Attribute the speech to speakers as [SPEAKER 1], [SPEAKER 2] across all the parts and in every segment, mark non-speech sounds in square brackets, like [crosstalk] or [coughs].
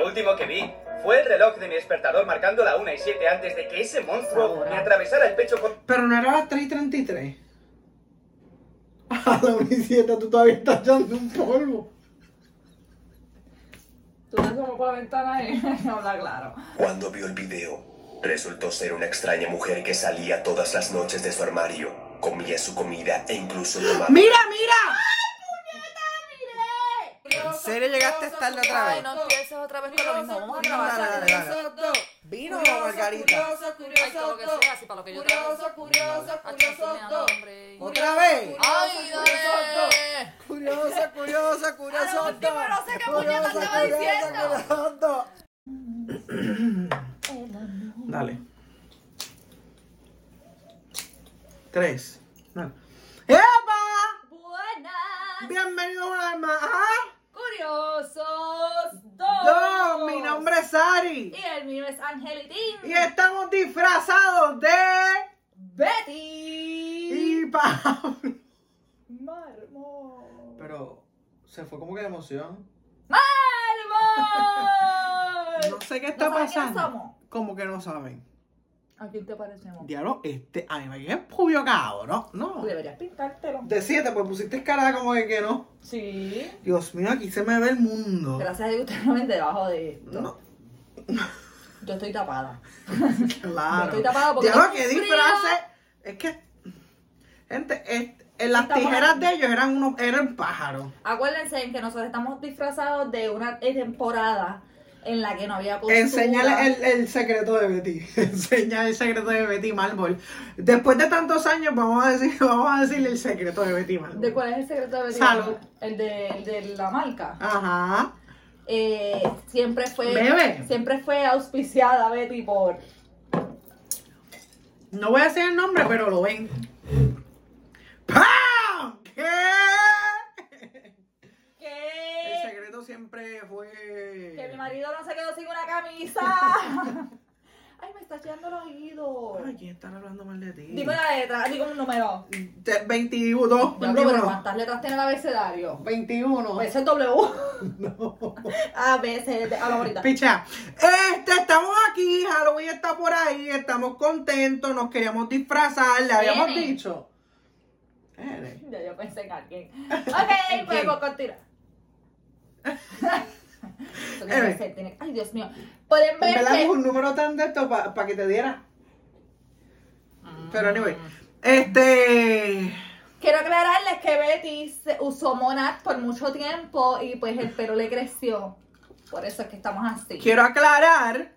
[SPEAKER 1] último que vi fue el reloj de mi despertador marcando la 1 y 7 antes de que ese monstruo me atravesara el pecho con...
[SPEAKER 2] Pero no era las 3.33.
[SPEAKER 3] A la unisita tú todavía estás echando un polvo.
[SPEAKER 4] Tú te asomas por la ventana y habla claro.
[SPEAKER 5] Cuando vio el video, resultó ser una extraña mujer que salía todas las noches de su armario, comía su comida e incluso tomaba...
[SPEAKER 2] ¡Mira, mira!
[SPEAKER 4] ¿En
[SPEAKER 2] serio llegaste a estarle otra vez?
[SPEAKER 4] No empieces otra vez con lo mismo. Vamos a
[SPEAKER 2] Dale,
[SPEAKER 4] trabajar.
[SPEAKER 2] dale, dale. ¿Vino o margarita?
[SPEAKER 4] Ay, todo lo que sea, así para lo que yo trabajo.
[SPEAKER 6] curioso,
[SPEAKER 4] Achacina, hombre.
[SPEAKER 2] ¿Otra vez?
[SPEAKER 4] ¡Ay, dale!
[SPEAKER 2] Curiosa, curiosa, curiosa.
[SPEAKER 6] A lo último no sé qué puñeta estaba diciendo.
[SPEAKER 2] curiosa. [coughs] Dale. Tres. Dale. ¡Epa!
[SPEAKER 6] Buenas,
[SPEAKER 2] Bienvenidos una vez más a
[SPEAKER 6] curiosos dos.
[SPEAKER 2] Dos. Mi nombre es Sari.
[SPEAKER 6] Y el mío es Angelitín.
[SPEAKER 2] Y estamos disfrazados de...
[SPEAKER 6] Betty.
[SPEAKER 2] Y Pablo.
[SPEAKER 6] Marmol.
[SPEAKER 2] Pero se fue como que de emoción. No
[SPEAKER 6] Marmol.
[SPEAKER 2] sé qué está
[SPEAKER 6] ¿No saben quiénes
[SPEAKER 2] pasando.
[SPEAKER 6] somos?
[SPEAKER 2] Como que no saben.
[SPEAKER 4] ¿A quién te parecemos?
[SPEAKER 2] Diablo, este anime que es pubio cabrón. No.
[SPEAKER 4] Tú deberías pintártelo.
[SPEAKER 2] De siete, pues pusiste cara como de que no.
[SPEAKER 4] Sí.
[SPEAKER 2] Dios mío, aquí se me ve el mundo.
[SPEAKER 4] Gracias a Dios ustedes no ven debajo de esto.
[SPEAKER 2] No,
[SPEAKER 4] Yo estoy tapada.
[SPEAKER 2] claro.
[SPEAKER 4] Estoy tapada porque
[SPEAKER 2] Diablo,
[SPEAKER 4] tengo
[SPEAKER 2] que
[SPEAKER 4] frío.
[SPEAKER 2] disfraces. Es que. Gente, es- en las
[SPEAKER 6] Estamos
[SPEAKER 2] tijeras
[SPEAKER 6] aquí.
[SPEAKER 2] de ellos eran unos, eran pájaros.
[SPEAKER 6] Acuérdense en que nosotros estamos disfrazados de una temporada en la que no había costura.
[SPEAKER 2] Enséñale el, el secreto de Betty. [laughs] Enséñale el secreto de Betty Marble. Después de tantos años, vamos a decir, [laughs] vamos a decirle el secreto de Betty Marble.
[SPEAKER 4] ¿De cuál es el secreto de Betty?
[SPEAKER 2] Salud.
[SPEAKER 4] El de, el de la marca.
[SPEAKER 2] Ajá.
[SPEAKER 6] Eh, siempre fue
[SPEAKER 2] Bebe.
[SPEAKER 6] siempre fue auspiciada Betty por
[SPEAKER 2] No voy a decir el nombre, pero lo ven. ¡Pam! ¿Qué? El
[SPEAKER 6] que,
[SPEAKER 2] secreto siempre fue.
[SPEAKER 6] Eh. que mi marido no se quedó sin una camisa. [laughs] Ay, me está echando los oídos.
[SPEAKER 2] Ay, ¿quién está hablando mal de ti?
[SPEAKER 6] Dime la letra, digo un número.
[SPEAKER 2] Te- 22,
[SPEAKER 4] Diablo, pero
[SPEAKER 2] 21.
[SPEAKER 4] ¿cuántas letras tiene el abecedario?
[SPEAKER 2] 21.
[SPEAKER 6] Pues
[SPEAKER 2] [laughs]
[SPEAKER 6] es W. A B C D. Habla ahorita.
[SPEAKER 2] Picha, este, estamos aquí, Halloween está por ahí, estamos contentos, nos queríamos disfrazar, le habíamos
[SPEAKER 6] Nene.
[SPEAKER 2] dicho. Nene.
[SPEAKER 6] [laughs] Ya yo pensé en
[SPEAKER 2] [laughs]
[SPEAKER 6] alguien.
[SPEAKER 2] ¿En
[SPEAKER 6] Ok, pues,
[SPEAKER 2] quién?
[SPEAKER 6] podemos
[SPEAKER 2] [laughs]
[SPEAKER 6] continuar.
[SPEAKER 4] Eso
[SPEAKER 2] Eh,
[SPEAKER 4] tiene que ser.
[SPEAKER 6] Se tiene- Ay, Dios mío. Pueden
[SPEAKER 2] En
[SPEAKER 6] ver
[SPEAKER 2] verdad es
[SPEAKER 6] que
[SPEAKER 2] un número tan de esto para que te diera.
[SPEAKER 6] Ah.
[SPEAKER 2] Pero anyway, este.
[SPEAKER 6] Quiero aclararles que Betty se- usó Monat por mucho tiempo y pues el pelo le creció. Por eso es que estamos así.
[SPEAKER 2] Quiero aclarar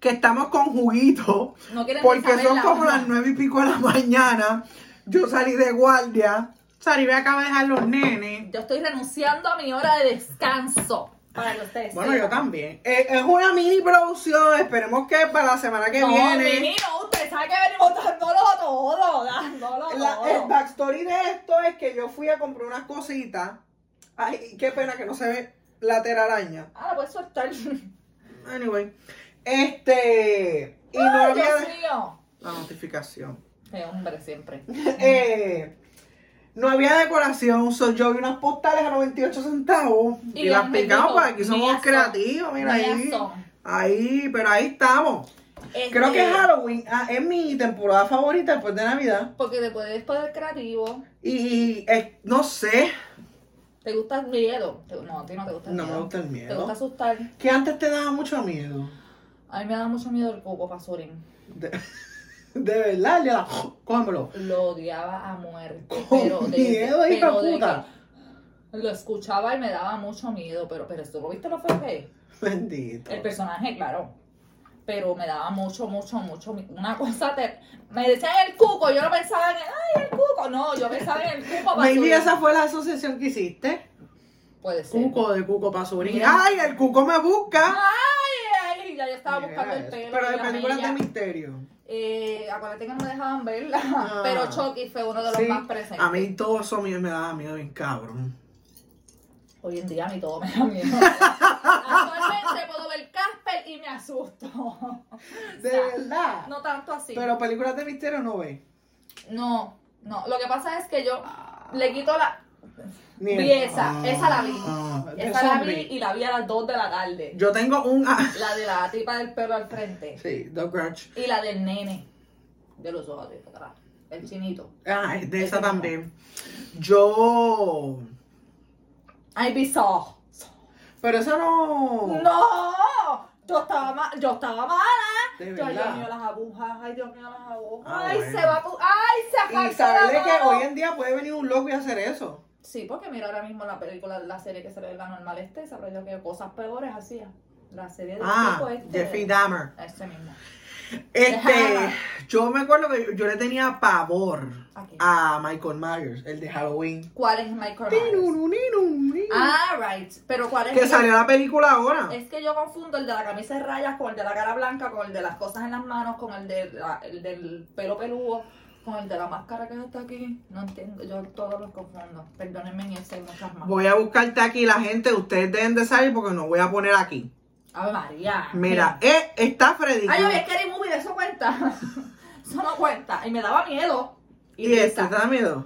[SPEAKER 2] que estamos con juguito.
[SPEAKER 6] No quieren ni
[SPEAKER 2] porque
[SPEAKER 6] saber
[SPEAKER 2] son
[SPEAKER 6] la
[SPEAKER 2] como
[SPEAKER 6] hora.
[SPEAKER 2] las nueve y pico de la mañana. Yo salí de guardia. Salí me acaba de dejar los nenes.
[SPEAKER 6] Yo estoy renunciando a mi hora de descanso. Para que ustedes.
[SPEAKER 2] Bueno, yo
[SPEAKER 6] sepan.
[SPEAKER 2] también. Eh, es una mini producción. Esperemos que para la semana que
[SPEAKER 6] No,
[SPEAKER 2] viene.
[SPEAKER 6] Mimi, no, usted sabe que venimos dándolo todo, [laughs] dándolo
[SPEAKER 2] La-
[SPEAKER 6] todo.
[SPEAKER 2] el backstory de esto es que yo fui a comprar unas cositas. Ay, qué pena que no se ve la telaraña.
[SPEAKER 6] Ahora Ah, puedes soltar.
[SPEAKER 2] Anyway, este. Y no
[SPEAKER 6] Ay,
[SPEAKER 2] había.
[SPEAKER 6] Dios mío.
[SPEAKER 2] La notificación.
[SPEAKER 4] Eh, hombre, siempre.
[SPEAKER 2] [laughs] Eh, no había decoración, so yo vi unas postales a 98 centavos y,
[SPEAKER 6] Y
[SPEAKER 2] las
[SPEAKER 6] bien,
[SPEAKER 2] picamos
[SPEAKER 6] bendito,
[SPEAKER 2] porque aquí somos
[SPEAKER 6] mías son,
[SPEAKER 2] creativos, mira
[SPEAKER 6] mías
[SPEAKER 2] ahí.
[SPEAKER 6] son.
[SPEAKER 2] Ahí, pero ahí estamos. Creo
[SPEAKER 6] Este,
[SPEAKER 2] que Halloween ah, es mi temporada favorita después de Navidad.
[SPEAKER 4] Porque te puedes poner creativo.
[SPEAKER 2] Y eh, no sé,
[SPEAKER 4] ¿Te gusta el miedo? Te- No, a ti no te gusta el
[SPEAKER 2] no
[SPEAKER 4] miedo.
[SPEAKER 2] me gusta el
[SPEAKER 4] ¿Te gusta
[SPEAKER 2] miedo.
[SPEAKER 4] asustar?
[SPEAKER 2] Que antes te daba mucho miedo.
[SPEAKER 4] A mí me da mucho miedo el coco pasurín.
[SPEAKER 2] De, de verdad, le da, [laughs] cómelo.
[SPEAKER 4] Lo odiaba a
[SPEAKER 2] [laughs]
[SPEAKER 4] muerte.
[SPEAKER 2] Con
[SPEAKER 4] Pero de,
[SPEAKER 2] miedo, hija
[SPEAKER 4] pero de
[SPEAKER 2] puta.
[SPEAKER 4] que Lo escuchaba y me daba mucho miedo, pero, pero tú lo viste lo feo que es?
[SPEAKER 2] Bendito.
[SPEAKER 4] El personaje, claro. Pero me daba mucho, mucho, mucho. mi- Una cosa te. Me decían el cuco, yo no pensaba en el. ¡Ay, el cuco! No, yo pensaba en el cuco pasurín.
[SPEAKER 2] Maybe esa fue la asociación que hiciste.
[SPEAKER 4] Puede ser.
[SPEAKER 2] Cuco de Cuco Pasurín.
[SPEAKER 4] Mira.
[SPEAKER 2] ¡Ay, el Cuco me busca!
[SPEAKER 4] ¡Ay! ay, Ya yo estaba buscando el
[SPEAKER 2] Yes.
[SPEAKER 4] pelo.
[SPEAKER 2] Pero
[SPEAKER 4] y
[SPEAKER 2] de
[SPEAKER 4] la
[SPEAKER 2] películas
[SPEAKER 4] mella.
[SPEAKER 2] de misterio.
[SPEAKER 4] Eh, acuérdate que no me dejaban verla,
[SPEAKER 6] [laughs]
[SPEAKER 2] Ah.
[SPEAKER 4] pero Chucky fue uno de los
[SPEAKER 2] Sí,
[SPEAKER 4] más presentes.
[SPEAKER 2] a mí todo eso a mí me daba miedo bien cabrón.
[SPEAKER 4] Hoy en día a mí todo me
[SPEAKER 2] [laughs]
[SPEAKER 4] da miedo.
[SPEAKER 6] Actualmente puedo ver Casper y me asusto.
[SPEAKER 2] De verdad.
[SPEAKER 6] No tanto así.
[SPEAKER 2] Pero películas de misterio no ve. Ah.
[SPEAKER 4] No, no. Lo que pasa es que yo le quito la.
[SPEAKER 2] Ni
[SPEAKER 6] Vi
[SPEAKER 2] él.
[SPEAKER 6] esa, esa la vi.
[SPEAKER 2] Ah, de
[SPEAKER 6] Esa la vi
[SPEAKER 2] zombie.
[SPEAKER 6] y la vi a las 2 de la tarde.
[SPEAKER 2] Yo tengo un. ah,
[SPEAKER 6] La de la tipa del pelo al frente.
[SPEAKER 2] sí, The Grudge.
[SPEAKER 6] Y la del nene. De los ojos de atrás. El chinito.
[SPEAKER 2] Ah, es de esa
[SPEAKER 6] Esa no.
[SPEAKER 2] también. Yo.
[SPEAKER 6] I be Saw.
[SPEAKER 2] Pero esa no.
[SPEAKER 6] ¡No! Yo estaba, ma- yo estaba mala.
[SPEAKER 2] De
[SPEAKER 6] Yo, ay,
[SPEAKER 2] verdad.
[SPEAKER 6] Dios mío, las agujas. Ay, Dios mío, las agujas.
[SPEAKER 2] Ah,
[SPEAKER 6] ay,
[SPEAKER 2] bueno.
[SPEAKER 6] se va a... pu- Ay, se apartó
[SPEAKER 2] Y saber de
[SPEAKER 6] la
[SPEAKER 2] que
[SPEAKER 6] mano.
[SPEAKER 2] hoy en día puede venir un loco y hacer eso.
[SPEAKER 6] Sí, porque mira ahora mismo la película, la serie que se ve la normal este, se aprendió que cosas peores hacía. La serie de
[SPEAKER 2] Ah,
[SPEAKER 6] tipo este.
[SPEAKER 2] Jeffrey Dahmer.
[SPEAKER 6] Ese mismo.
[SPEAKER 2] Este,
[SPEAKER 6] Dahmer.
[SPEAKER 2] yo me acuerdo que yo, yo le tenía pavor
[SPEAKER 6] ¿A qué?
[SPEAKER 2] a Michael Myers, el de Halloween.
[SPEAKER 6] ¿Cuál es Michael Myers? Ah, right. Pero ¿cuál es
[SPEAKER 2] Que
[SPEAKER 6] el-
[SPEAKER 2] salió la película ahora.
[SPEAKER 6] Es que yo confundo el de la camisa de rayas con el de la cara blanca, con el de las cosas en las manos, con el, de la- el del pelo peludo, con el de la máscara que está aquí. No entiendo, yo todos los confundo. Perdónenme en ese y muchas más.
[SPEAKER 2] Voy a buscarte aquí la gente, ustedes deben de salir porque no voy a poner aquí.
[SPEAKER 6] Ave María.
[SPEAKER 2] Mira, eh, está Freddy.
[SPEAKER 6] Ay, yo vi Scary Movie, de eso cuenta. [laughs] eso no cuenta. Y me daba miedo. Y,
[SPEAKER 2] y este
[SPEAKER 6] risa.
[SPEAKER 2] te da miedo.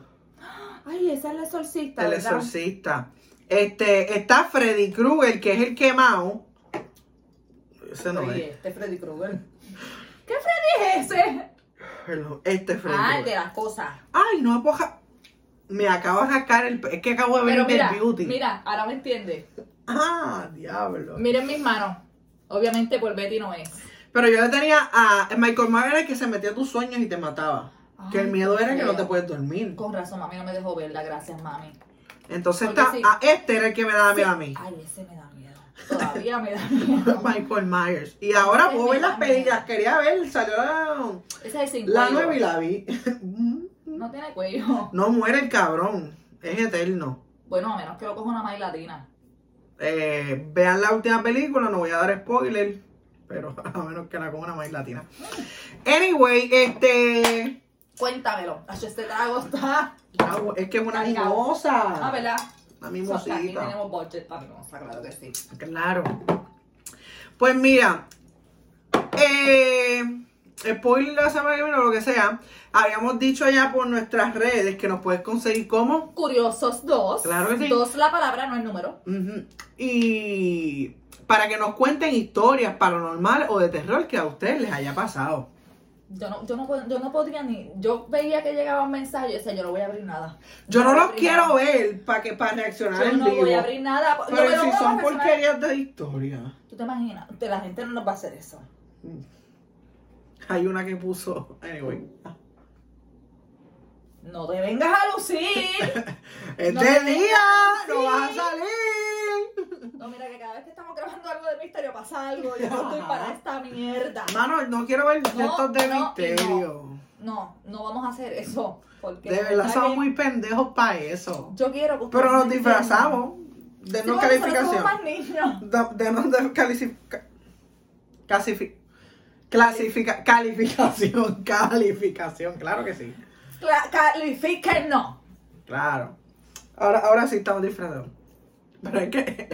[SPEAKER 6] Ay, esa es la exorcista,
[SPEAKER 2] El
[SPEAKER 6] ¿verdad?
[SPEAKER 2] exorcista. Este, está Freddy Krueger, que es el quemado. Ese no
[SPEAKER 6] Oye,
[SPEAKER 2] es.
[SPEAKER 6] este es Freddy Krueger. ¿Qué Freddy es ese?
[SPEAKER 2] Perdón, Este es Freddy.
[SPEAKER 6] Ah, el de
[SPEAKER 2] Krueger.
[SPEAKER 6] las cosas.
[SPEAKER 2] Ay, no poja. Me acabo de rascar el. Es que acabo de ver
[SPEAKER 6] Pero
[SPEAKER 2] el
[SPEAKER 6] mira,
[SPEAKER 2] beauty.
[SPEAKER 6] mira, ahora me entiendes.
[SPEAKER 2] Ah, diablo.
[SPEAKER 6] Miren mis manos. Obviamente por Betty no es.
[SPEAKER 2] Pero yo le tenía a Michael Myers era el que se metía a tus sueños y te mataba. que el miedo era que no te puedes dormir.
[SPEAKER 6] Con razón, mami no me dejó verla, gracias, mami.
[SPEAKER 2] Entonces
[SPEAKER 6] Porque
[SPEAKER 2] está,
[SPEAKER 6] sí.
[SPEAKER 2] a este era el que me daba miedo a mí. [laughs]
[SPEAKER 6] Ay, ese me da miedo. Todavía me da [laughs] miedo.
[SPEAKER 2] Michael Myers. Y ahora
[SPEAKER 6] Ay,
[SPEAKER 2] puedo ver
[SPEAKER 6] mira,
[SPEAKER 2] las
[SPEAKER 6] mira.
[SPEAKER 2] películas. Quería ver, salió la,
[SPEAKER 6] Ese es el sin
[SPEAKER 2] la
[SPEAKER 6] cuello.
[SPEAKER 2] nueva y la vi. [laughs]
[SPEAKER 6] No tiene cuello.
[SPEAKER 2] No muere el cabrón. Es eterno.
[SPEAKER 6] Bueno, a menos que lo coja una maíz latina.
[SPEAKER 2] Eh, vean la última película, no voy a dar spoiler. Pero [laughs] a menos que la coma una más latina. Anyway, este.
[SPEAKER 6] Cuéntamelo. Ay, Este trago está.
[SPEAKER 2] ah, Es que es una
[SPEAKER 6] Cargado. Ah,
[SPEAKER 2] mimosa.
[SPEAKER 6] ¿verdad?
[SPEAKER 2] Una
[SPEAKER 6] O sea, aquí
[SPEAKER 2] mimosita.
[SPEAKER 6] tenemos budget para mimosa, claro que sí.
[SPEAKER 2] Claro. Pues mira, eh, spoiler de la semana que viene o lo que sea, habíamos dicho ya por nuestras redes que nos puedes conseguir como.
[SPEAKER 6] Curiosos dos.
[SPEAKER 2] Claro que sí.
[SPEAKER 6] Dos la palabra, no el número.
[SPEAKER 2] Ujú. Y para que nos cuenten historias paranormales o de terror que a ustedes les haya pasado.
[SPEAKER 6] Yo no, yo no, pod- yo no podría ni. Yo veía que llegaba un mensaje y yo decía, yo no voy a abrir nada.
[SPEAKER 2] Yo no
[SPEAKER 6] voy a
[SPEAKER 2] los
[SPEAKER 6] abrir
[SPEAKER 2] quiero
[SPEAKER 6] nada.
[SPEAKER 2] ver para que para reaccionar
[SPEAKER 6] Yo
[SPEAKER 2] en
[SPEAKER 6] no
[SPEAKER 2] vivo.
[SPEAKER 6] voy a abrir nada. Yo me
[SPEAKER 2] Pero
[SPEAKER 6] lo
[SPEAKER 2] si
[SPEAKER 6] puedo
[SPEAKER 2] son
[SPEAKER 6] personal.
[SPEAKER 2] porquerías de historia.
[SPEAKER 6] ¿Tú te imaginas? Te- La gente no nos va a hacer eso.
[SPEAKER 2] Hay una que puso. Anyway.
[SPEAKER 6] No te vengas a lucir.
[SPEAKER 2] Este
[SPEAKER 6] No me
[SPEAKER 2] día no
[SPEAKER 6] sí.
[SPEAKER 2] vas a salir.
[SPEAKER 6] [laughs] No, mira que cada vez que estamos grabando algo de misterio pasa algo. Yo no estoy para esta mierda.
[SPEAKER 2] Mano, no quiero ver
[SPEAKER 6] No,
[SPEAKER 2] estos de
[SPEAKER 6] no y
[SPEAKER 2] misterio.
[SPEAKER 6] No, no vamos a hacer eso. Porque
[SPEAKER 2] De verdad
[SPEAKER 6] que
[SPEAKER 2] somos muy pendejos para eso.
[SPEAKER 6] Yo quiero que ustedes
[SPEAKER 2] Pero nos
[SPEAKER 6] me entiendan.
[SPEAKER 2] disfrazamos.
[SPEAKER 6] Sí,
[SPEAKER 2] De no
[SPEAKER 6] porque nosotros
[SPEAKER 2] calificación.
[SPEAKER 6] somos más niños.
[SPEAKER 2] Da- De no de califi- ca- casifi- clasifica- calificación, [laughs] calificación, claro que sí.
[SPEAKER 6] Cla- Califiquen no.
[SPEAKER 2] Claro. Ahora, ahora sí estamos disfrazados. Pero es que,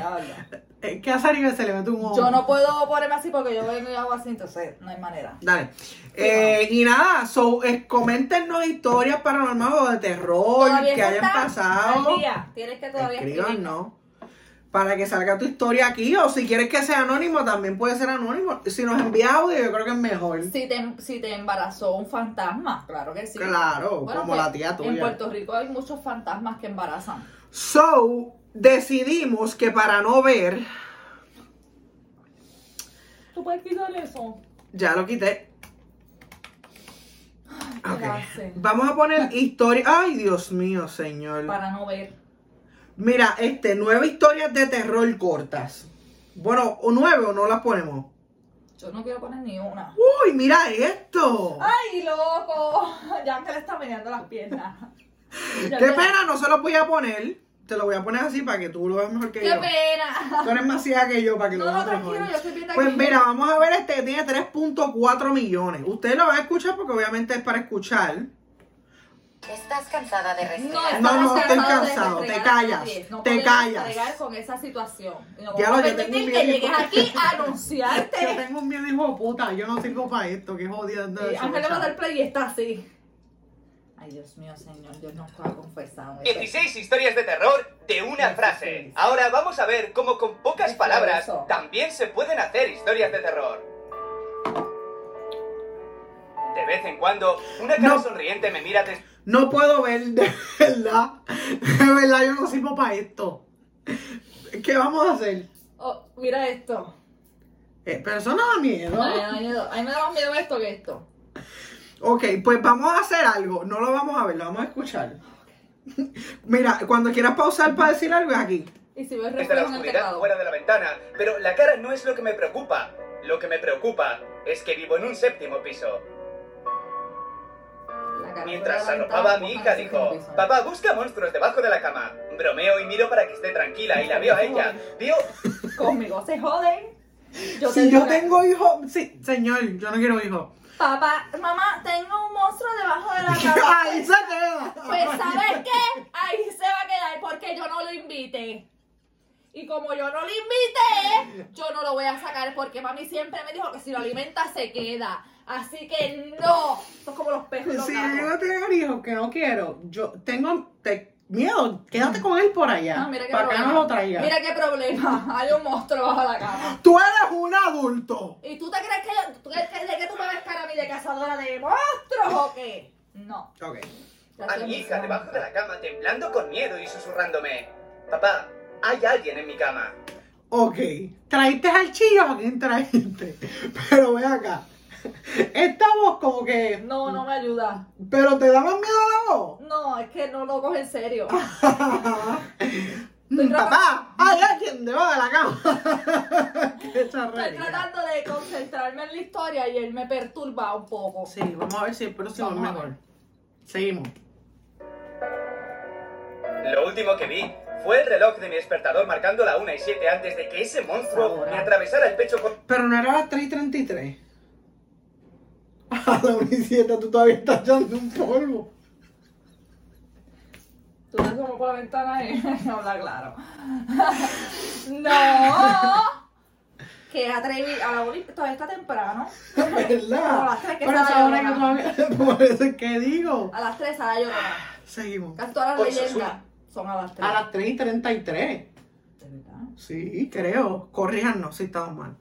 [SPEAKER 2] es que a Saribel se le mete un ojo.
[SPEAKER 6] Yo no puedo ponerme así porque yo vengo y hago así, entonces no hay manera.
[SPEAKER 2] Dale. Eh, y nada, so, eh, coméntenos historias paranormales o de terror
[SPEAKER 6] Todavía
[SPEAKER 2] que
[SPEAKER 6] eso
[SPEAKER 2] hayan
[SPEAKER 6] está
[SPEAKER 2] pasado.
[SPEAKER 6] al día. Tienes que todavía escribir.
[SPEAKER 2] Escríbanos para que salga tu historia aquí. O si quieres que sea anónimo, también puede ser anónimo. Si nos envía audio, yo creo que es mejor.
[SPEAKER 6] Si te, si te embarazó un fantasma, claro que sí.
[SPEAKER 2] Claro,
[SPEAKER 6] Bueno,
[SPEAKER 2] como
[SPEAKER 6] pues,
[SPEAKER 2] la tía tuya.
[SPEAKER 6] En Puerto Rico hay muchos fantasmas que embarazan.
[SPEAKER 2] So, decidimos que para no ver,
[SPEAKER 6] ¿Tú puedes quitar eso?
[SPEAKER 2] ya lo quité. Ok.
[SPEAKER 6] Gracias.
[SPEAKER 2] Vamos a poner historia. Ay, Dios mío, señor.
[SPEAKER 6] Para no ver.
[SPEAKER 2] Mira, este, nueve historias de terror cortas. Bueno, o nueve o no las ponemos.
[SPEAKER 6] Yo no quiero poner ni una.
[SPEAKER 2] Uy, mira esto.
[SPEAKER 6] ¡Ay, loco! [laughs] Ya que le está meneando las
[SPEAKER 2] [laughs]
[SPEAKER 6] piernas. ¡Qué
[SPEAKER 2] Qué pena, no se los voy a poner. Te lo voy a poner así para que tú lo veas mejor que
[SPEAKER 6] ¡Qué
[SPEAKER 2] yo.
[SPEAKER 6] pena!
[SPEAKER 2] Tú eres más ciega que yo para que
[SPEAKER 6] No,
[SPEAKER 2] lo
[SPEAKER 6] no,
[SPEAKER 2] veas
[SPEAKER 6] tranquilo,
[SPEAKER 2] mejor.
[SPEAKER 6] yo estoy bien
[SPEAKER 2] Pues
[SPEAKER 6] aquí.
[SPEAKER 2] mira, vamos a ver este que tiene 3.4 millones. Ustedes lo van a escuchar porque obviamente es para escuchar.
[SPEAKER 4] ¿Estás cansada de
[SPEAKER 6] No,
[SPEAKER 4] restregar?
[SPEAKER 6] estamos
[SPEAKER 2] no, estoy
[SPEAKER 6] cansados de
[SPEAKER 2] cansado, te
[SPEAKER 6] regar
[SPEAKER 2] callas,
[SPEAKER 6] a nadie. No
[SPEAKER 2] te
[SPEAKER 6] podemos
[SPEAKER 2] callas.
[SPEAKER 6] regar con esa situación. Y No
[SPEAKER 2] Ya
[SPEAKER 6] vamos a
[SPEAKER 2] lo, yo tengo
[SPEAKER 6] permitir
[SPEAKER 2] un
[SPEAKER 6] que
[SPEAKER 2] miedo.
[SPEAKER 6] llegues aquí
[SPEAKER 2] [laughs]
[SPEAKER 6] a
[SPEAKER 2] Yo
[SPEAKER 6] anunciarte.
[SPEAKER 2] tengo un miedo hijo de puta, yo no sirvo para esto, que jodida.
[SPEAKER 6] Y Ángel le va a dar play y está así.
[SPEAKER 4] Ay, Dios mío, Señor, Dios nos ha confesado.
[SPEAKER 1] 16 historias de terror de una frase. Ahora vamos a ver cómo con pocas palabras también se pueden hacer historias de terror. De vez en cuando, una cara
[SPEAKER 2] No.
[SPEAKER 1] sonriente me mira desde...
[SPEAKER 2] No puedo ver, de [laughs] verdad. De verdad, yo no sirvo para esto. ¿Qué vamos a hacer?
[SPEAKER 4] Oh, mira esto.
[SPEAKER 2] Eh, pero eso no da miedo.
[SPEAKER 4] Ay, ay, ay, ay, me da más miedo esto que esto.
[SPEAKER 2] Ok, pues vamos a hacer algo. No lo vamos a ver, lo vamos a escuchar. [laughs] Mira, cuando quieras pausar para decir algo, es aquí.
[SPEAKER 4] Y si ves
[SPEAKER 1] desde la
[SPEAKER 4] reflejo en el
[SPEAKER 1] oscuridad
[SPEAKER 4] teclado.
[SPEAKER 1] fuera de la ventana, pero la cara no es lo que me preocupa. Lo que me preocupa es que vivo en un séptimo piso.
[SPEAKER 4] La cara
[SPEAKER 1] Mientras
[SPEAKER 4] fuera de la
[SPEAKER 1] arropaba a
[SPEAKER 4] ventana,
[SPEAKER 1] mi hija dijo,
[SPEAKER 4] buscando
[SPEAKER 1] papá busca monstruos debajo de la cama. Bromeo y miro para que esté tranquila y la veo a ella. Veo
[SPEAKER 4] Conmigo se joden. Yo
[SPEAKER 2] si yo
[SPEAKER 4] una-
[SPEAKER 2] tengo hijo, sí, señor, yo no quiero hijo.
[SPEAKER 6] Papá, mamá, tengo un monstruo debajo de la cama.
[SPEAKER 2] [laughs] Ahí se queda.
[SPEAKER 6] Pues, ¿sabes qué? Ahí se va a quedar porque yo no lo invité. Y como yo no lo invité, yo no lo voy a sacar porque mami siempre me dijo que si lo alimenta se queda. Así que no. Esto es como los perros. y los
[SPEAKER 2] Si
[SPEAKER 6] gatos.
[SPEAKER 2] yo tengo hijos que no quiero, yo tengo te- miedo. Quédate con él por allá.
[SPEAKER 6] Ah, mira qué
[SPEAKER 2] para acá no
[SPEAKER 6] problema.
[SPEAKER 2] lo traigas.
[SPEAKER 6] Mira qué problema. [laughs] Hay un monstruo bajo la cama.
[SPEAKER 2] Tú eres un adulto.
[SPEAKER 6] ¿Y tú te crees que yo, tú crees que, de que tú me ves cara a mí de cazadora de monstruos o qué? No.
[SPEAKER 2] Ok.
[SPEAKER 6] Ya
[SPEAKER 1] a
[SPEAKER 6] estoy
[SPEAKER 1] mi hija
[SPEAKER 6] emocionada.
[SPEAKER 1] debajo de la cama temblando con miedo y susurrándome, papá, hay alguien en mi cama.
[SPEAKER 2] Ok. Traíste al chillo a quien traíste. [laughs] Pero ve acá. Esta voz como que.
[SPEAKER 4] No, no me ayuda.
[SPEAKER 2] Pero te da más miedo la voz.
[SPEAKER 4] No, es que no lo coge en serio.
[SPEAKER 2] Mm, Papá, hay alguien debajo de la cama. [laughs] Qué
[SPEAKER 4] Estoy
[SPEAKER 2] charrería.
[SPEAKER 4] tratando de concentrarme en la historia y él me perturba un poco.
[SPEAKER 2] Sí, vamos a ver si el próximo es
[SPEAKER 4] Vamos a
[SPEAKER 2] mejor. Seguimos.
[SPEAKER 1] Lo último que vi fue el reloj de mi despertador marcando la 1 y 7 antes de que ese monstruo
[SPEAKER 4] Ahora.
[SPEAKER 1] me atravesara el pecho con...
[SPEAKER 2] Pero no era las [laughs] 3.33.
[SPEAKER 3] A la 1 y 7 tú todavía estás echando un polvo. [laughs]
[SPEAKER 4] Tú te asomas por la ventana
[SPEAKER 6] [laughs]
[SPEAKER 4] y habla [laughs] claro.
[SPEAKER 6] No. Qué atrevido. A la hora- todavía está temprano. Pero a
[SPEAKER 2] ¿Verdad?
[SPEAKER 6] las tres que
[SPEAKER 2] Pero es
[SPEAKER 6] estaba
[SPEAKER 2] ahora que
[SPEAKER 6] llorando.
[SPEAKER 2] todavía. [laughs] Por eso es que digo.
[SPEAKER 6] A las 3 a la llorona.
[SPEAKER 2] Seguimos.
[SPEAKER 6] Casi todas las
[SPEAKER 1] Pues,
[SPEAKER 6] leyendas son a las 3.
[SPEAKER 2] A las 3.33.
[SPEAKER 4] De verdad.
[SPEAKER 2] Sí, creo. Corríjanos si estamos mal.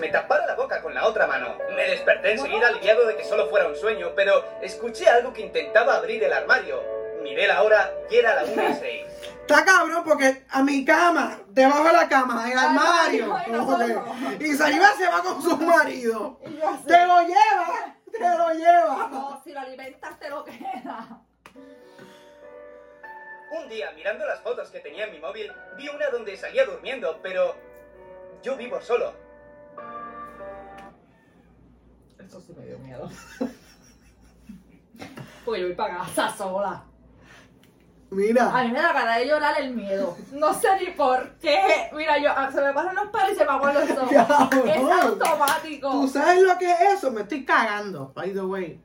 [SPEAKER 1] Me tapara la boca con la otra mano. Me desperté enseguida aliviado de que solo fuera un sueño, pero escuché algo que intentaba abrir el armario. Miré la hora y era la 1 y 6.
[SPEAKER 2] Está cabrón porque a mi cama, debajo de la cama, en el armario.
[SPEAKER 6] ay, no,
[SPEAKER 2] como que-
[SPEAKER 6] no.
[SPEAKER 2] y Saliva se va con su marido.
[SPEAKER 6] Y yo así.
[SPEAKER 2] Te lo lleva, te lo lleva.
[SPEAKER 6] No, si lo alimentas te lo queda.
[SPEAKER 1] Un día, mirando las fotos que tenía en mi móvil, vi una donde salía durmiendo, pero yo vivo solo.
[SPEAKER 4] Eso sí me dio miedo. [laughs] Pues yo voy para casa sola.
[SPEAKER 6] A
[SPEAKER 2] Mira,
[SPEAKER 6] mí me da ganas de llorar el miedo. No sé ni por qué. Mira, yo ah, se me pasan los pelos y se me aguan
[SPEAKER 2] [laughs]
[SPEAKER 6] los ojos.
[SPEAKER 2] Cabrón.
[SPEAKER 6] Es
[SPEAKER 2] ¿tú
[SPEAKER 6] automático.
[SPEAKER 2] sabes lo que es eso? Me estoy cagando, by the way.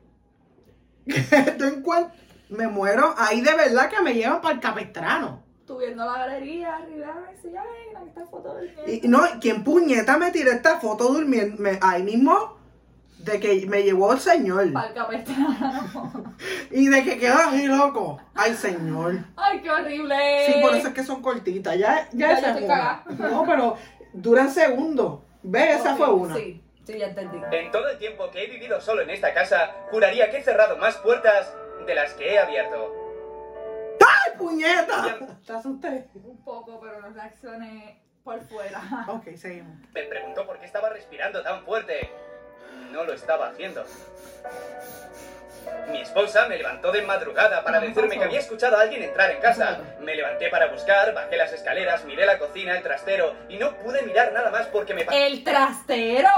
[SPEAKER 2] [laughs] Estoy en cuan- Me muero. Ahí de verdad que me llevan para el capestrano.
[SPEAKER 6] Tú viendo la galería, arriba, y decía, ay, mira esta foto del miedo.
[SPEAKER 2] Y y no, quien puñeta me tiró esta foto durmiendo? Me- ahí mismo, de que me llevó el señor.
[SPEAKER 6] Palca Pestrano.
[SPEAKER 2] Y de que quedó así, loco. Ay, señor.
[SPEAKER 6] [laughs] Ay, qué horrible.
[SPEAKER 2] Sí, por eso es que son cortitas. Ya,
[SPEAKER 6] Ya
[SPEAKER 2] ya,
[SPEAKER 6] yo
[SPEAKER 2] esa es
[SPEAKER 6] estoy
[SPEAKER 2] una. No, pero duran segundos. ¿Ves? Esa
[SPEAKER 6] Ok,
[SPEAKER 2] fue una.
[SPEAKER 6] Sí, sí, ya entendí.
[SPEAKER 1] En todo el tiempo que he vivido solo en esta casa, juraría que he cerrado más puertas de las que he abierto.
[SPEAKER 2] ¡Ay, puñeta! ¿Te asusté?
[SPEAKER 6] Un poco, pero no reaccioné por fuera.
[SPEAKER 2] Ok, seguimos.
[SPEAKER 1] Me preguntó por qué estaba respirando tan fuerte. No lo estaba haciendo. Mi esposa me levantó de madrugada para decirme que había escuchado a alguien entrar en casa. Me levanté para buscar, bajé las escaleras, miré la cocina, el trastero y no pude mirar nada más porque me... pa-
[SPEAKER 2] [laughs]
[SPEAKER 6] ¡El trastero!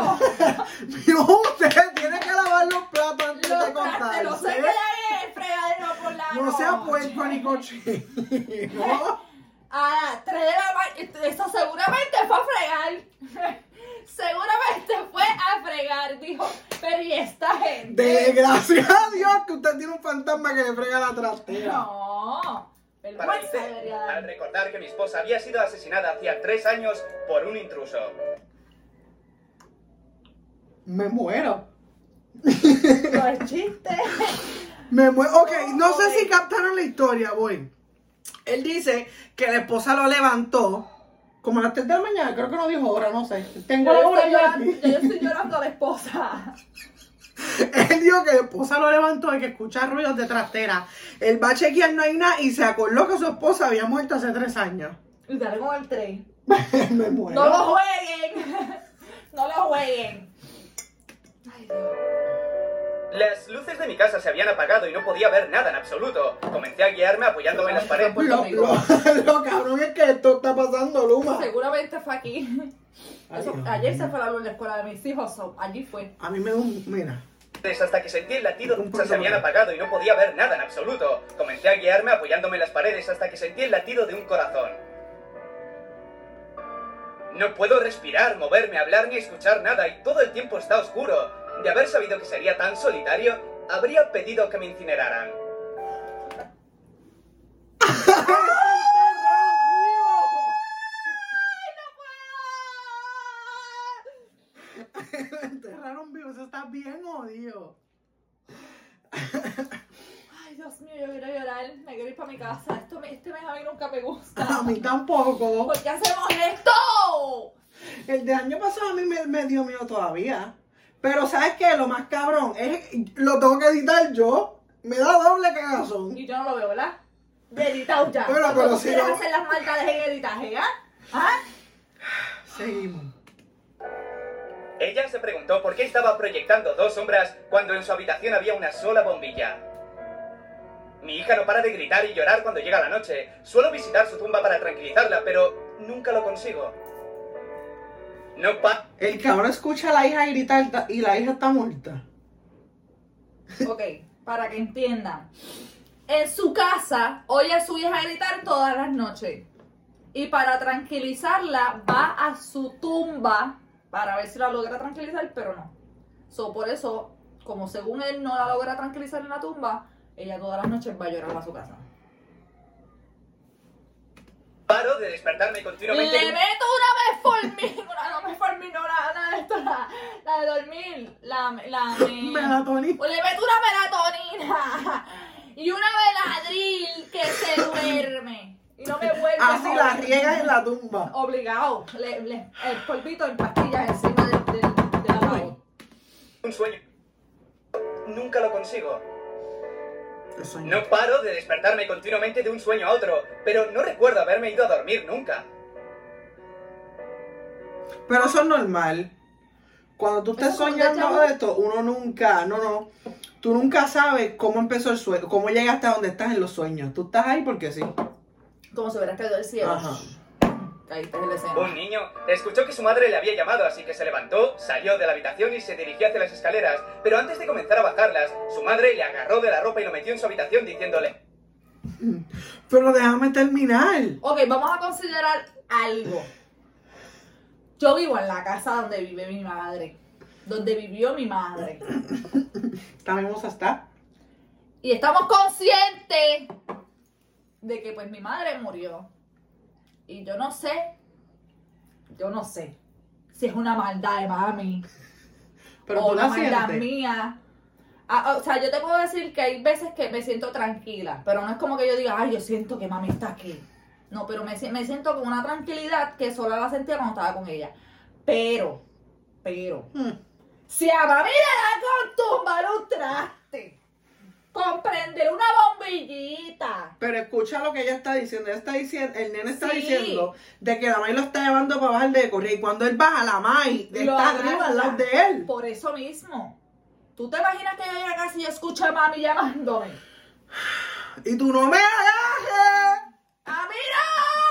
[SPEAKER 2] Dios, usted tiene que lavar los platos antes
[SPEAKER 6] Los
[SPEAKER 2] de
[SPEAKER 6] trasteros se
[SPEAKER 2] contarse.
[SPEAKER 6] quedan en el fregadero por la
[SPEAKER 2] No sea
[SPEAKER 6] noche.
[SPEAKER 2] puerco ni
[SPEAKER 6] [laughs]
[SPEAKER 2] cochino.
[SPEAKER 6] A las 3 de la mañana. Eso seguramente fue a fregar. [laughs] seguramente fue a fregar, dijo. Pero ¿y esta gente?
[SPEAKER 2] De gracias a Dios que usted tiene un fantasma que le frega la trastera.
[SPEAKER 6] No. Vergüenza
[SPEAKER 1] Paralicé
[SPEAKER 6] debería
[SPEAKER 1] este, al
[SPEAKER 6] dar.
[SPEAKER 1] recordar que mi esposa había sido asesinada hacía tres años por un intruso.
[SPEAKER 2] Me muero.
[SPEAKER 3] [laughs]
[SPEAKER 6] No es chiste.
[SPEAKER 2] Me mue- ok, no sé si captaron la historia, voy. Él dice que la esposa lo levantó
[SPEAKER 3] Como a las 3 de la mañana, creo que no dijo hora, no sé. Tengo
[SPEAKER 6] Yo,
[SPEAKER 3] la
[SPEAKER 6] estoy
[SPEAKER 3] hora ya
[SPEAKER 6] llorando,
[SPEAKER 3] aquí.
[SPEAKER 6] yo, yo estoy llorando a la esposa.
[SPEAKER 2] [laughs] Él dijo que la esposa lo levantó y que escucha ruidos de trastera. Él va a chequear, no hay nada, y se acordó que su esposa había muerto hace tres años.
[SPEAKER 6] Y dale con el tren.
[SPEAKER 3] [laughs] Me muero.
[SPEAKER 6] No lo jueguen. [laughs] No lo jueguen. Ay, Dios.
[SPEAKER 1] Las luces de mi casa se habían apagado y no podía ver nada en absoluto. Comencé a guiarme apoyándome en las paredes.
[SPEAKER 4] Puerto
[SPEAKER 3] Lo,
[SPEAKER 4] Rico.
[SPEAKER 3] lo- lo cabrón es que esto está pasando, Luma.
[SPEAKER 6] Seguramente fue aquí. Eso-
[SPEAKER 3] Ay, Dios
[SPEAKER 6] ayer se fue la luz en la escuela de mis hijos. so, allí fue.
[SPEAKER 2] A mí me da un. Mira.
[SPEAKER 1] hasta que sentí el latido de
[SPEAKER 2] Un
[SPEAKER 1] mis hechas
[SPEAKER 2] poquito
[SPEAKER 1] se habían
[SPEAKER 2] más.
[SPEAKER 1] apagado y no podía ver nada en absoluto. Comencé a guiarme apoyándome en las paredes hasta que sentí el latido de un corazón. No puedo respirar, moverme, hablar ni escuchar nada y todo el tiempo está oscuro. De haber sabido que sería tan solitario, habría pedido que me incineraran.
[SPEAKER 2] Lo enterraron vivo, eso está bien odio.
[SPEAKER 6] Ay, Dios mío, yo quiero llorar. Me quiero ir para mi casa. Esto me- este mes a mí nunca me gusta.
[SPEAKER 2] A mí tampoco.
[SPEAKER 6] ¿Por qué hacemos esto?
[SPEAKER 2] El de año pasado a mí me, me dio miedo todavía. Pero ¿sabes qué? Lo más cabrón es lo tengo que editar yo. Me da doble cagazón.
[SPEAKER 6] Y yo no lo veo, ¿verdad? De editado ya.
[SPEAKER 2] Bueno,
[SPEAKER 6] Cuando
[SPEAKER 2] pero
[SPEAKER 6] tú
[SPEAKER 2] si
[SPEAKER 6] quieres
[SPEAKER 2] no-
[SPEAKER 6] hacer las maldades en editaje, ¿ah? ¿Ah?
[SPEAKER 2] Seguimos.
[SPEAKER 1] Ella se preguntó por qué estaba proyectando dos sombras cuando en su habitación había una sola bombilla. Mi hija no para de gritar y llorar cuando llega la noche. Suelo visitar su tumba para tranquilizarla, pero nunca lo consigo. No pa...
[SPEAKER 2] El cabrón escucha a la hija gritar y la hija está muerta.
[SPEAKER 6] Ok, para que entiendan. En su casa oye a su hija gritar todas las noches. Y para tranquilizarla va a su tumba para ver si la logra tranquilizar, pero no. So, por eso, como según él no la logra tranquilizar en la tumba, ella todas las noches va a llorar a su casa.
[SPEAKER 1] Paro de despertarme continuamente...
[SPEAKER 6] Le meto una vez por mí. Una, no me por mí, no, la, la de esto, la, la de dormir. La, la me-
[SPEAKER 2] Melatonina.
[SPEAKER 6] Pues Le meto una melatonina [laughs] y una veladril que se duerme. Y no me vuelve
[SPEAKER 2] Así
[SPEAKER 6] a
[SPEAKER 2] Ah, la
[SPEAKER 6] joder.
[SPEAKER 2] riega en la tumba.
[SPEAKER 6] Obligado. Le, le- el polvito en pastillas encima del, del, del ataúd.
[SPEAKER 1] Un sueño. Nunca lo consigo.
[SPEAKER 2] Eso
[SPEAKER 1] No paro de despertarme continuamente de un sueño a otro, pero no recuerdo haberme ido a dormir nunca.
[SPEAKER 2] Pero eso es normal. Cuando tú estés
[SPEAKER 6] Eso como déjà
[SPEAKER 2] soñando
[SPEAKER 6] vu.
[SPEAKER 2] esto, uno nunca, no, no, tú nunca sabes cómo empezó el sueño, cómo llegaste a donde estás en los sueños. Tú estás ahí porque sí.
[SPEAKER 6] Como si hubieras caído del cielo.
[SPEAKER 2] Ajá.
[SPEAKER 6] Ahí está el escena.
[SPEAKER 1] Un niño escuchó que su madre le había llamado, así que se levantó, salió de la habitación y se dirigió hacia las escaleras. Pero antes de comenzar a bajarlas, su madre le agarró de la ropa y lo metió en su habitación diciéndole:
[SPEAKER 2] Pero déjame terminar.
[SPEAKER 6] Ok, vamos a considerar algo. Yo vivo en la casa donde vive mi madre. Donde vivió mi madre.
[SPEAKER 2] También vamos a estar.
[SPEAKER 6] Y estamos conscientes de que pues mi madre murió. Y yo no sé, yo no sé si es una maldad de mami
[SPEAKER 2] Pero
[SPEAKER 6] o
[SPEAKER 2] tú
[SPEAKER 6] una
[SPEAKER 2] la
[SPEAKER 6] maldad
[SPEAKER 2] sientes.
[SPEAKER 6] mía. Ah, o sea, yo te puedo decir que hay veces que me siento tranquila, pero no es como que yo diga, ay, yo siento que mami está aquí. No, pero me, si- me siento con una tranquilidad que sola la sentía cuando estaba con ella. Pero, pero,
[SPEAKER 2] Hmm.
[SPEAKER 6] si a mami le da con tumbar un traste, comprender una bombillita.
[SPEAKER 2] Pero escucha lo que ella está diciendo. Ella está diciendo, el nene está
[SPEAKER 6] Sí.
[SPEAKER 2] diciendo de que la May lo está llevando para bajar de correr. Y cuando él baja, la May
[SPEAKER 6] Lo
[SPEAKER 2] está arriba al lado
[SPEAKER 6] abraza.
[SPEAKER 2] de él.
[SPEAKER 6] Por eso mismo. ¿Tú te imaginas que yo llegue a casa y yo escucho a mami llamándome?
[SPEAKER 2] Y tú no me dejes.
[SPEAKER 6] ¡A mí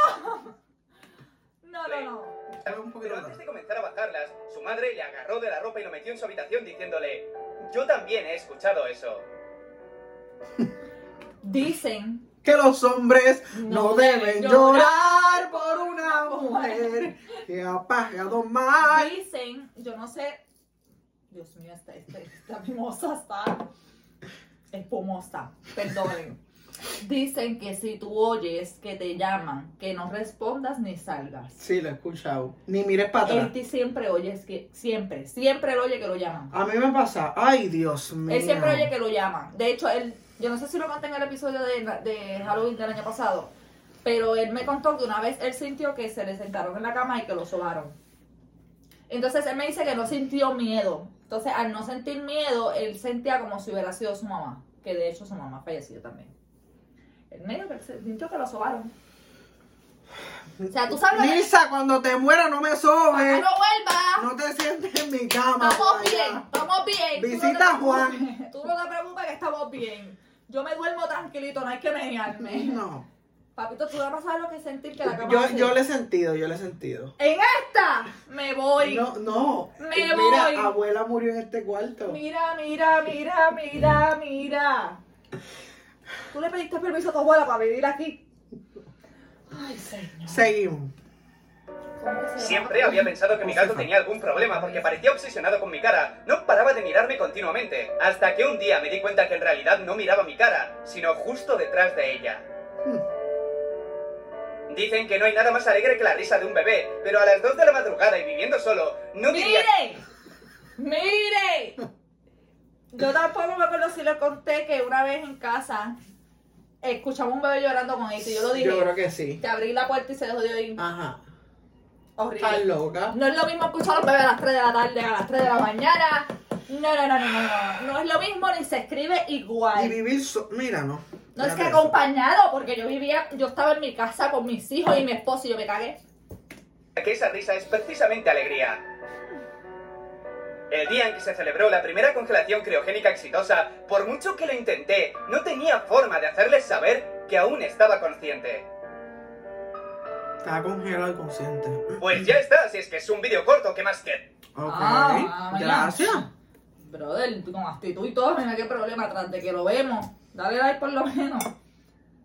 [SPEAKER 6] no! No, no, no.
[SPEAKER 2] Fue un poquito
[SPEAKER 1] Pero
[SPEAKER 2] más.
[SPEAKER 1] antes de comenzar a bajarlas, su madre le agarró de la ropa y lo metió en su habitación diciéndole: Yo también he escuchado eso.
[SPEAKER 6] Dicen
[SPEAKER 2] que los hombres no,
[SPEAKER 6] No
[SPEAKER 2] deben
[SPEAKER 6] deben
[SPEAKER 2] llorar por una mujer que ha pagado mal.
[SPEAKER 6] Dicen, yo no sé. Dios mío, esta, esta, esta mimosa está espumosa. Perdonen. Dicen que si tú oyes que te llaman, que no respondas ni salgas.
[SPEAKER 2] Sí, lo he escuchado. Ni mires para
[SPEAKER 6] Él
[SPEAKER 2] atrás.
[SPEAKER 6] ti siempre oyes que.
[SPEAKER 2] Ah,
[SPEAKER 6] Siempre, siempre él oye que lo llaman.
[SPEAKER 2] A mí me pasa, ay Dios mío.
[SPEAKER 6] Él siempre oye que lo llaman. De hecho, él Yo no sé si lo conté en el episodio de, de Halloween del año pasado, pero él me contó que una vez él sintió que se le sentaron en la cama y que lo sobaron. Entonces él me dice que no sintió miedo. Entonces al no sentir miedo, él sentía como si hubiera sido su mamá, que de hecho su mamá falleció también. Él medio que se- sintió que lo sobaron. O sea, tú sabes lo que...
[SPEAKER 2] Lisa, cuando te muera no me
[SPEAKER 6] ¡Papá,
[SPEAKER 2] sobes.
[SPEAKER 6] Ah, no vuelva!
[SPEAKER 2] No te sientes en mi cama.
[SPEAKER 6] Estamos
[SPEAKER 2] vaya.
[SPEAKER 6] bien, estamos bien. Tú no te
[SPEAKER 2] Visita a Juan.
[SPEAKER 6] preocupes, Tú no te preocupes que estamos bien. Yo me duermo tranquilito, no hay que menearme.
[SPEAKER 2] No.
[SPEAKER 6] Papito, tú no sabes lo que es sentir que la cama
[SPEAKER 2] Yo,
[SPEAKER 6] vacía.
[SPEAKER 2] yo le he sentido, yo le he sentido.
[SPEAKER 6] En esta me voy.
[SPEAKER 2] No, no.
[SPEAKER 6] Me
[SPEAKER 2] Mira,
[SPEAKER 6] voy.
[SPEAKER 2] abuela murió en este cuarto.
[SPEAKER 6] Mira, mira, mira, mira, mira. Tú le pediste permiso a tu abuela para vivir aquí. Ay, señor.
[SPEAKER 2] Seguimos.
[SPEAKER 6] ¿Cómo que se llama?
[SPEAKER 1] Siempre había pensado que mi gato tenía algún problema porque parecía obsesionado con mi cara. No paraba de mirarme continuamente. Hasta que un día me di cuenta que en realidad no miraba mi cara, sino justo detrás de ella. Dicen que no hay nada más alegre que la risa de un bebé, pero a las 2 de la madrugada y viviendo solo, no diría...
[SPEAKER 6] ¡Mire! ¡Mire! Yo tampoco me acuerdo si le conté que una vez en casa escuchamos un bebé llorando con eso. Yo lo dije.
[SPEAKER 2] Yo creo que sí.
[SPEAKER 6] Te abrí la puerta y se dejó de oír.
[SPEAKER 2] Ajá. Estás
[SPEAKER 6] Horrible.
[SPEAKER 2] loca.
[SPEAKER 6] No es lo mismo escuchar a los bebés a las 3 de la tarde, a las 3 de la mañana. No, no, no, no, no. No, no es lo mismo ni se escribe
[SPEAKER 2] Y
[SPEAKER 6] igual.
[SPEAKER 2] vivir so- Mira, no.
[SPEAKER 6] No es que
[SPEAKER 2] Mira eso.
[SPEAKER 6] acompañado, porque yo vivía, yo estaba en mi casa con mis hijos y mi esposo y yo me cagué.
[SPEAKER 1] que esa risa es precisamente alegría. El día en que se celebró la primera congelación criogénica exitosa, por mucho que lo intenté, no tenía forma de hacerles saber que aún estaba consciente.
[SPEAKER 2] Estaba congelado y consciente.
[SPEAKER 1] Pues ya está, si es que es un vídeo corto, ¿qué más que?
[SPEAKER 2] Ok.
[SPEAKER 6] Ah, vaya.
[SPEAKER 2] Gracias.
[SPEAKER 6] Brother, tú con actitud y todo, mira qué problema, tras de que lo vemos. Dale like por lo menos.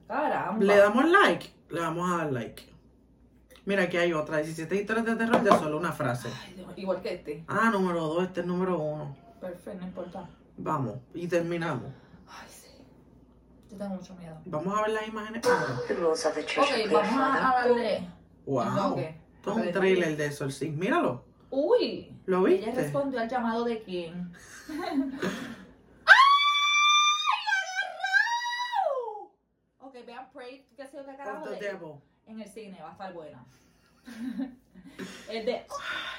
[SPEAKER 6] Caramba.
[SPEAKER 2] Le damos like. Le vamos a dar like. Mira, aquí hay otra. 17 historias de terror de solo una frase.
[SPEAKER 6] Ay, Dios, igual que este.
[SPEAKER 2] Ah, número 2. Este es número 1.
[SPEAKER 6] Perfecto, no importa.
[SPEAKER 2] Vamos. Y terminamos.
[SPEAKER 6] Ay, sí. Yo tengo mucho miedo.
[SPEAKER 2] Vamos a ver las imágenes Ah, ahora.
[SPEAKER 7] The rules of the church are
[SPEAKER 6] Ok,
[SPEAKER 7] clear,
[SPEAKER 6] vamos a
[SPEAKER 7] Father.
[SPEAKER 6] a darle.
[SPEAKER 2] Wow.
[SPEAKER 6] Ok.
[SPEAKER 2] Esto es un trailer de Solstice. Míralo.
[SPEAKER 6] Uy.
[SPEAKER 2] ¿Lo viste?
[SPEAKER 6] Ella respondió al llamado de quién. [laughs] ¡Ay, la agarró! Ok, vean Prey, qué sé yo qué carajo.
[SPEAKER 2] Of the
[SPEAKER 6] de-
[SPEAKER 2] Devil.
[SPEAKER 6] En el cine, va a estar buena. [laughs] el de.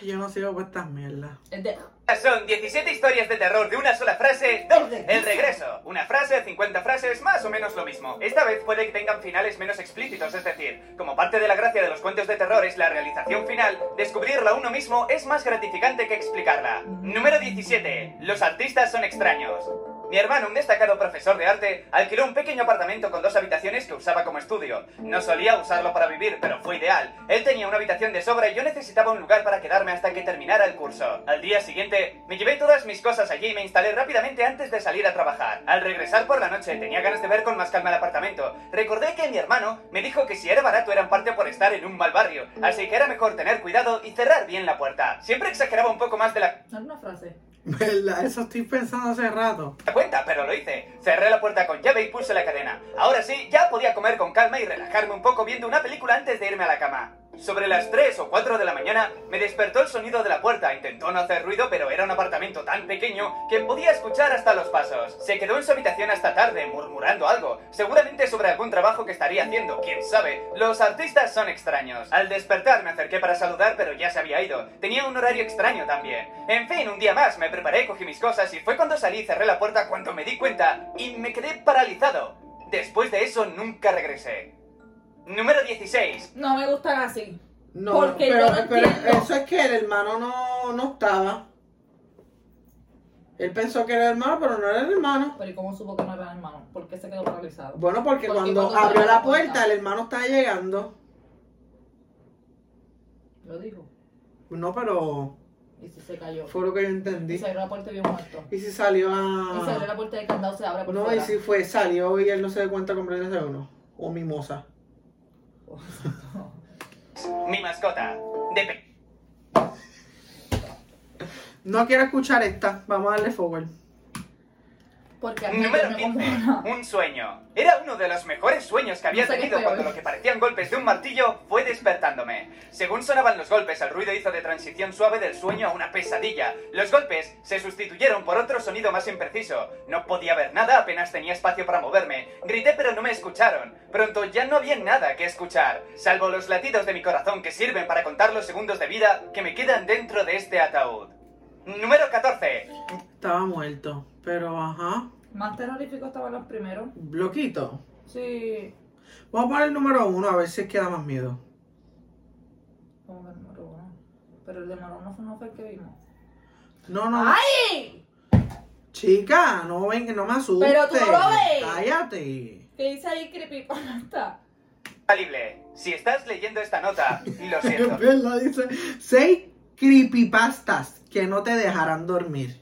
[SPEAKER 2] Yo no sigo por estas mierdas. [laughs]
[SPEAKER 6] El de.
[SPEAKER 1] Son 17 historias de terror de una sola frase. El regreso. Una frase, 50 frases, más o menos lo mismo. Esta vez puede que tengan finales menos explícitos, es decir, como parte de la gracia de los cuentos de terror es la realización final, descubrirla uno mismo es más gratificante que explicarla. Número 17. Los artistas son extraños. Mi hermano, un destacado profesor de arte, alquiló un pequeño apartamento con dos habitaciones que usaba como estudio. No solía usarlo para vivir, pero fue ideal. Él tenía una habitación de sobra y yo necesitaba un lugar para quedarme hasta que terminara el curso. Al día siguiente, me llevé todas mis cosas allí y me instalé rápidamente antes de salir a trabajar. Al regresar por la noche, tenía ganas de ver con más calma el apartamento. Recordé que mi hermano me dijo que si era barato era en parte por estar en un mal barrio, así que era mejor tener cuidado y cerrar bien la puerta. Siempre exageraba un poco más de la
[SPEAKER 6] No era una frase.
[SPEAKER 2] ¿Verdad? Eso estoy pensando hace rato.
[SPEAKER 1] me cuenta, pero lo hice. Cerré la puerta con llave y puse la cadena. Ahora sí, ya podía comer con calma y relajarme un poco viendo una película antes de irme a la cama. Sobre las 3 o 4 de la mañana me despertó el sonido de la puerta. Intentó no hacer ruido, pero era un apartamento tan pequeño que podía escuchar hasta los pasos. Se quedó en su habitación hasta tarde, murmurando algo, seguramente sobre algún trabajo que estaría haciendo, quién sabe. Los artistas son extraños. Al despertar me acerqué para saludar, pero ya se había ido. Tenía un horario extraño también. En fin, un día más me preparé, cogí mis cosas y fue cuando salí y cerré la puerta cuando me di cuenta y me quedé paralizado. Después de eso nunca regresé. Número 16.
[SPEAKER 6] No me gustan así.
[SPEAKER 2] No,
[SPEAKER 6] Porque
[SPEAKER 2] pero,
[SPEAKER 6] yo no
[SPEAKER 2] pero
[SPEAKER 6] entiendo.
[SPEAKER 2] eso es que el hermano no, no estaba. Él pensó que era el hermano, pero no era el hermano.
[SPEAKER 6] Pero ¿y cómo supo que no era hermano? ¿Por qué se quedó paralizado?
[SPEAKER 2] Bueno, porque,
[SPEAKER 6] Porque
[SPEAKER 2] cuando,
[SPEAKER 6] cuando
[SPEAKER 2] abrió
[SPEAKER 6] abrió
[SPEAKER 2] la
[SPEAKER 6] la puerta,
[SPEAKER 2] puerta, el hermano estaba llegando.
[SPEAKER 6] Lo dijo.
[SPEAKER 2] No, pero
[SPEAKER 6] Y si se cayó.
[SPEAKER 2] fue lo que yo
[SPEAKER 6] Y
[SPEAKER 2] entendí.
[SPEAKER 6] se abrió la puerta y vio muerto.
[SPEAKER 2] Y si salió
[SPEAKER 6] Y se abrió la
[SPEAKER 2] a...
[SPEAKER 6] puerta del candado, se abre por
[SPEAKER 2] Ah. No, y
[SPEAKER 6] fuera.
[SPEAKER 2] si fue, salió y él no se dio cuenta completamente de uno. O mimosa.
[SPEAKER 1] Mi mascota. De pe-
[SPEAKER 2] No quiero escuchar esta. Vamos a darle forward.
[SPEAKER 6] [laughs] Porque a mí yo
[SPEAKER 1] Número
[SPEAKER 6] me
[SPEAKER 1] 15.
[SPEAKER 6] confundo.
[SPEAKER 1] Un sueño. Era uno de los mejores sueños que había
[SPEAKER 6] No sé qué
[SPEAKER 1] tenido
[SPEAKER 6] fue
[SPEAKER 1] cuando
[SPEAKER 6] hoy.
[SPEAKER 1] lo que parecían golpes de un martillo fue despertándome. Según sonaban los golpes, el ruido hizo de transición suave del sueño a una pesadilla. Los golpes se sustituyeron por otro sonido más impreciso. No podía ver nada, apenas tenía espacio para moverme. Grité pero no me escucharon. Pronto ya no había nada que escuchar, salvo los latidos de mi corazón que sirven para contar los segundos de vida que me quedan dentro de este ataúd. Número 14.
[SPEAKER 2] Estaba muerto, pero ajá,
[SPEAKER 4] Más terroríficos estaban los primeros.
[SPEAKER 2] bloquito.
[SPEAKER 4] Sí.
[SPEAKER 2] Vamos a poner el número uno a ver si es que da más miedo.
[SPEAKER 4] Como que el número uno. Pero el de número uno fue- no fue el que vimos.
[SPEAKER 2] No, no.
[SPEAKER 6] ¡Ay!
[SPEAKER 2] Chica, no ven, no me asustes.
[SPEAKER 6] Pero tú no lo ves.
[SPEAKER 2] Cállate.
[SPEAKER 6] ¿Qué dice ahí [laughs] creepypasta?
[SPEAKER 1] Infalible. Si estás leyendo esta nota, lo siento.
[SPEAKER 3] [laughs] Es verdad, dice.
[SPEAKER 2] Seis creepypastas que no te dejarán dormir.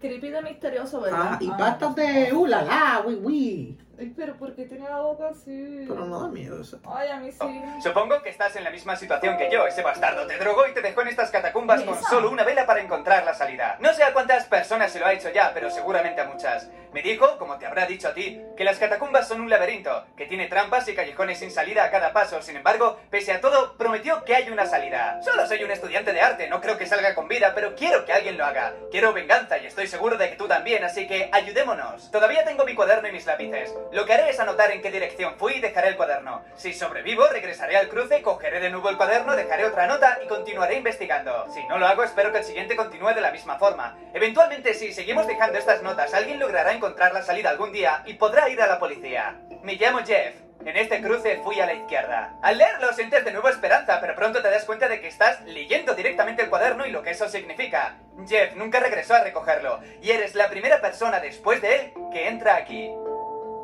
[SPEAKER 6] Creepy de misterioso,
[SPEAKER 2] Ah,
[SPEAKER 6] ¿verdad?
[SPEAKER 2] y uh.
[SPEAKER 3] Y pastas de ulala, uy, uy.
[SPEAKER 6] Ay, pero ¿por qué tiene la boca así?
[SPEAKER 2] Pero no Ah. da miedo eso.
[SPEAKER 6] Ay, a mí sí.
[SPEAKER 1] Supongo que estás en la misma situación que yo. Ese bastardo te drogó y te dejó en estas catacumbas con
[SPEAKER 6] Esa.
[SPEAKER 1] solo una vela para encontrar la salida. No sé a cuántas personas se lo ha hecho ya, pero seguramente a muchas. Me dijo, como te habrá dicho a ti, que las catacumbas son un laberinto, que tiene trampas y callejones sin salida a cada paso. Sin embargo, pese a todo, prometió que hay una salida. Solo soy un estudiante de arte, no creo que salga con vida, pero quiero que alguien lo haga. Quiero venganza y estoy seguro de que tú también, así que ayudémonos. Todavía tengo mi cuaderno y mis lápices. Lo que haré es anotar en qué dirección fui y dejaré el cuaderno. Si sobrevivo, regresaré al cruce, cogeré de nuevo el cuaderno, dejaré otra nota y continuaré investigando. Si no lo hago, espero que el siguiente continúe de la misma forma. Eventualmente, si seguimos dejando estas notas, alguien logrará encontrar la salida algún día y podrá ir a la policía. Me llamo Jeff. En este cruce fui a la izquierda. Al leerlo sientes de nuevo esperanza, pero pronto te das cuenta de que estás leyendo directamente el cuaderno y lo que eso significa. Jeff nunca regresó a recogerlo, y eres la primera persona después de él que entra aquí.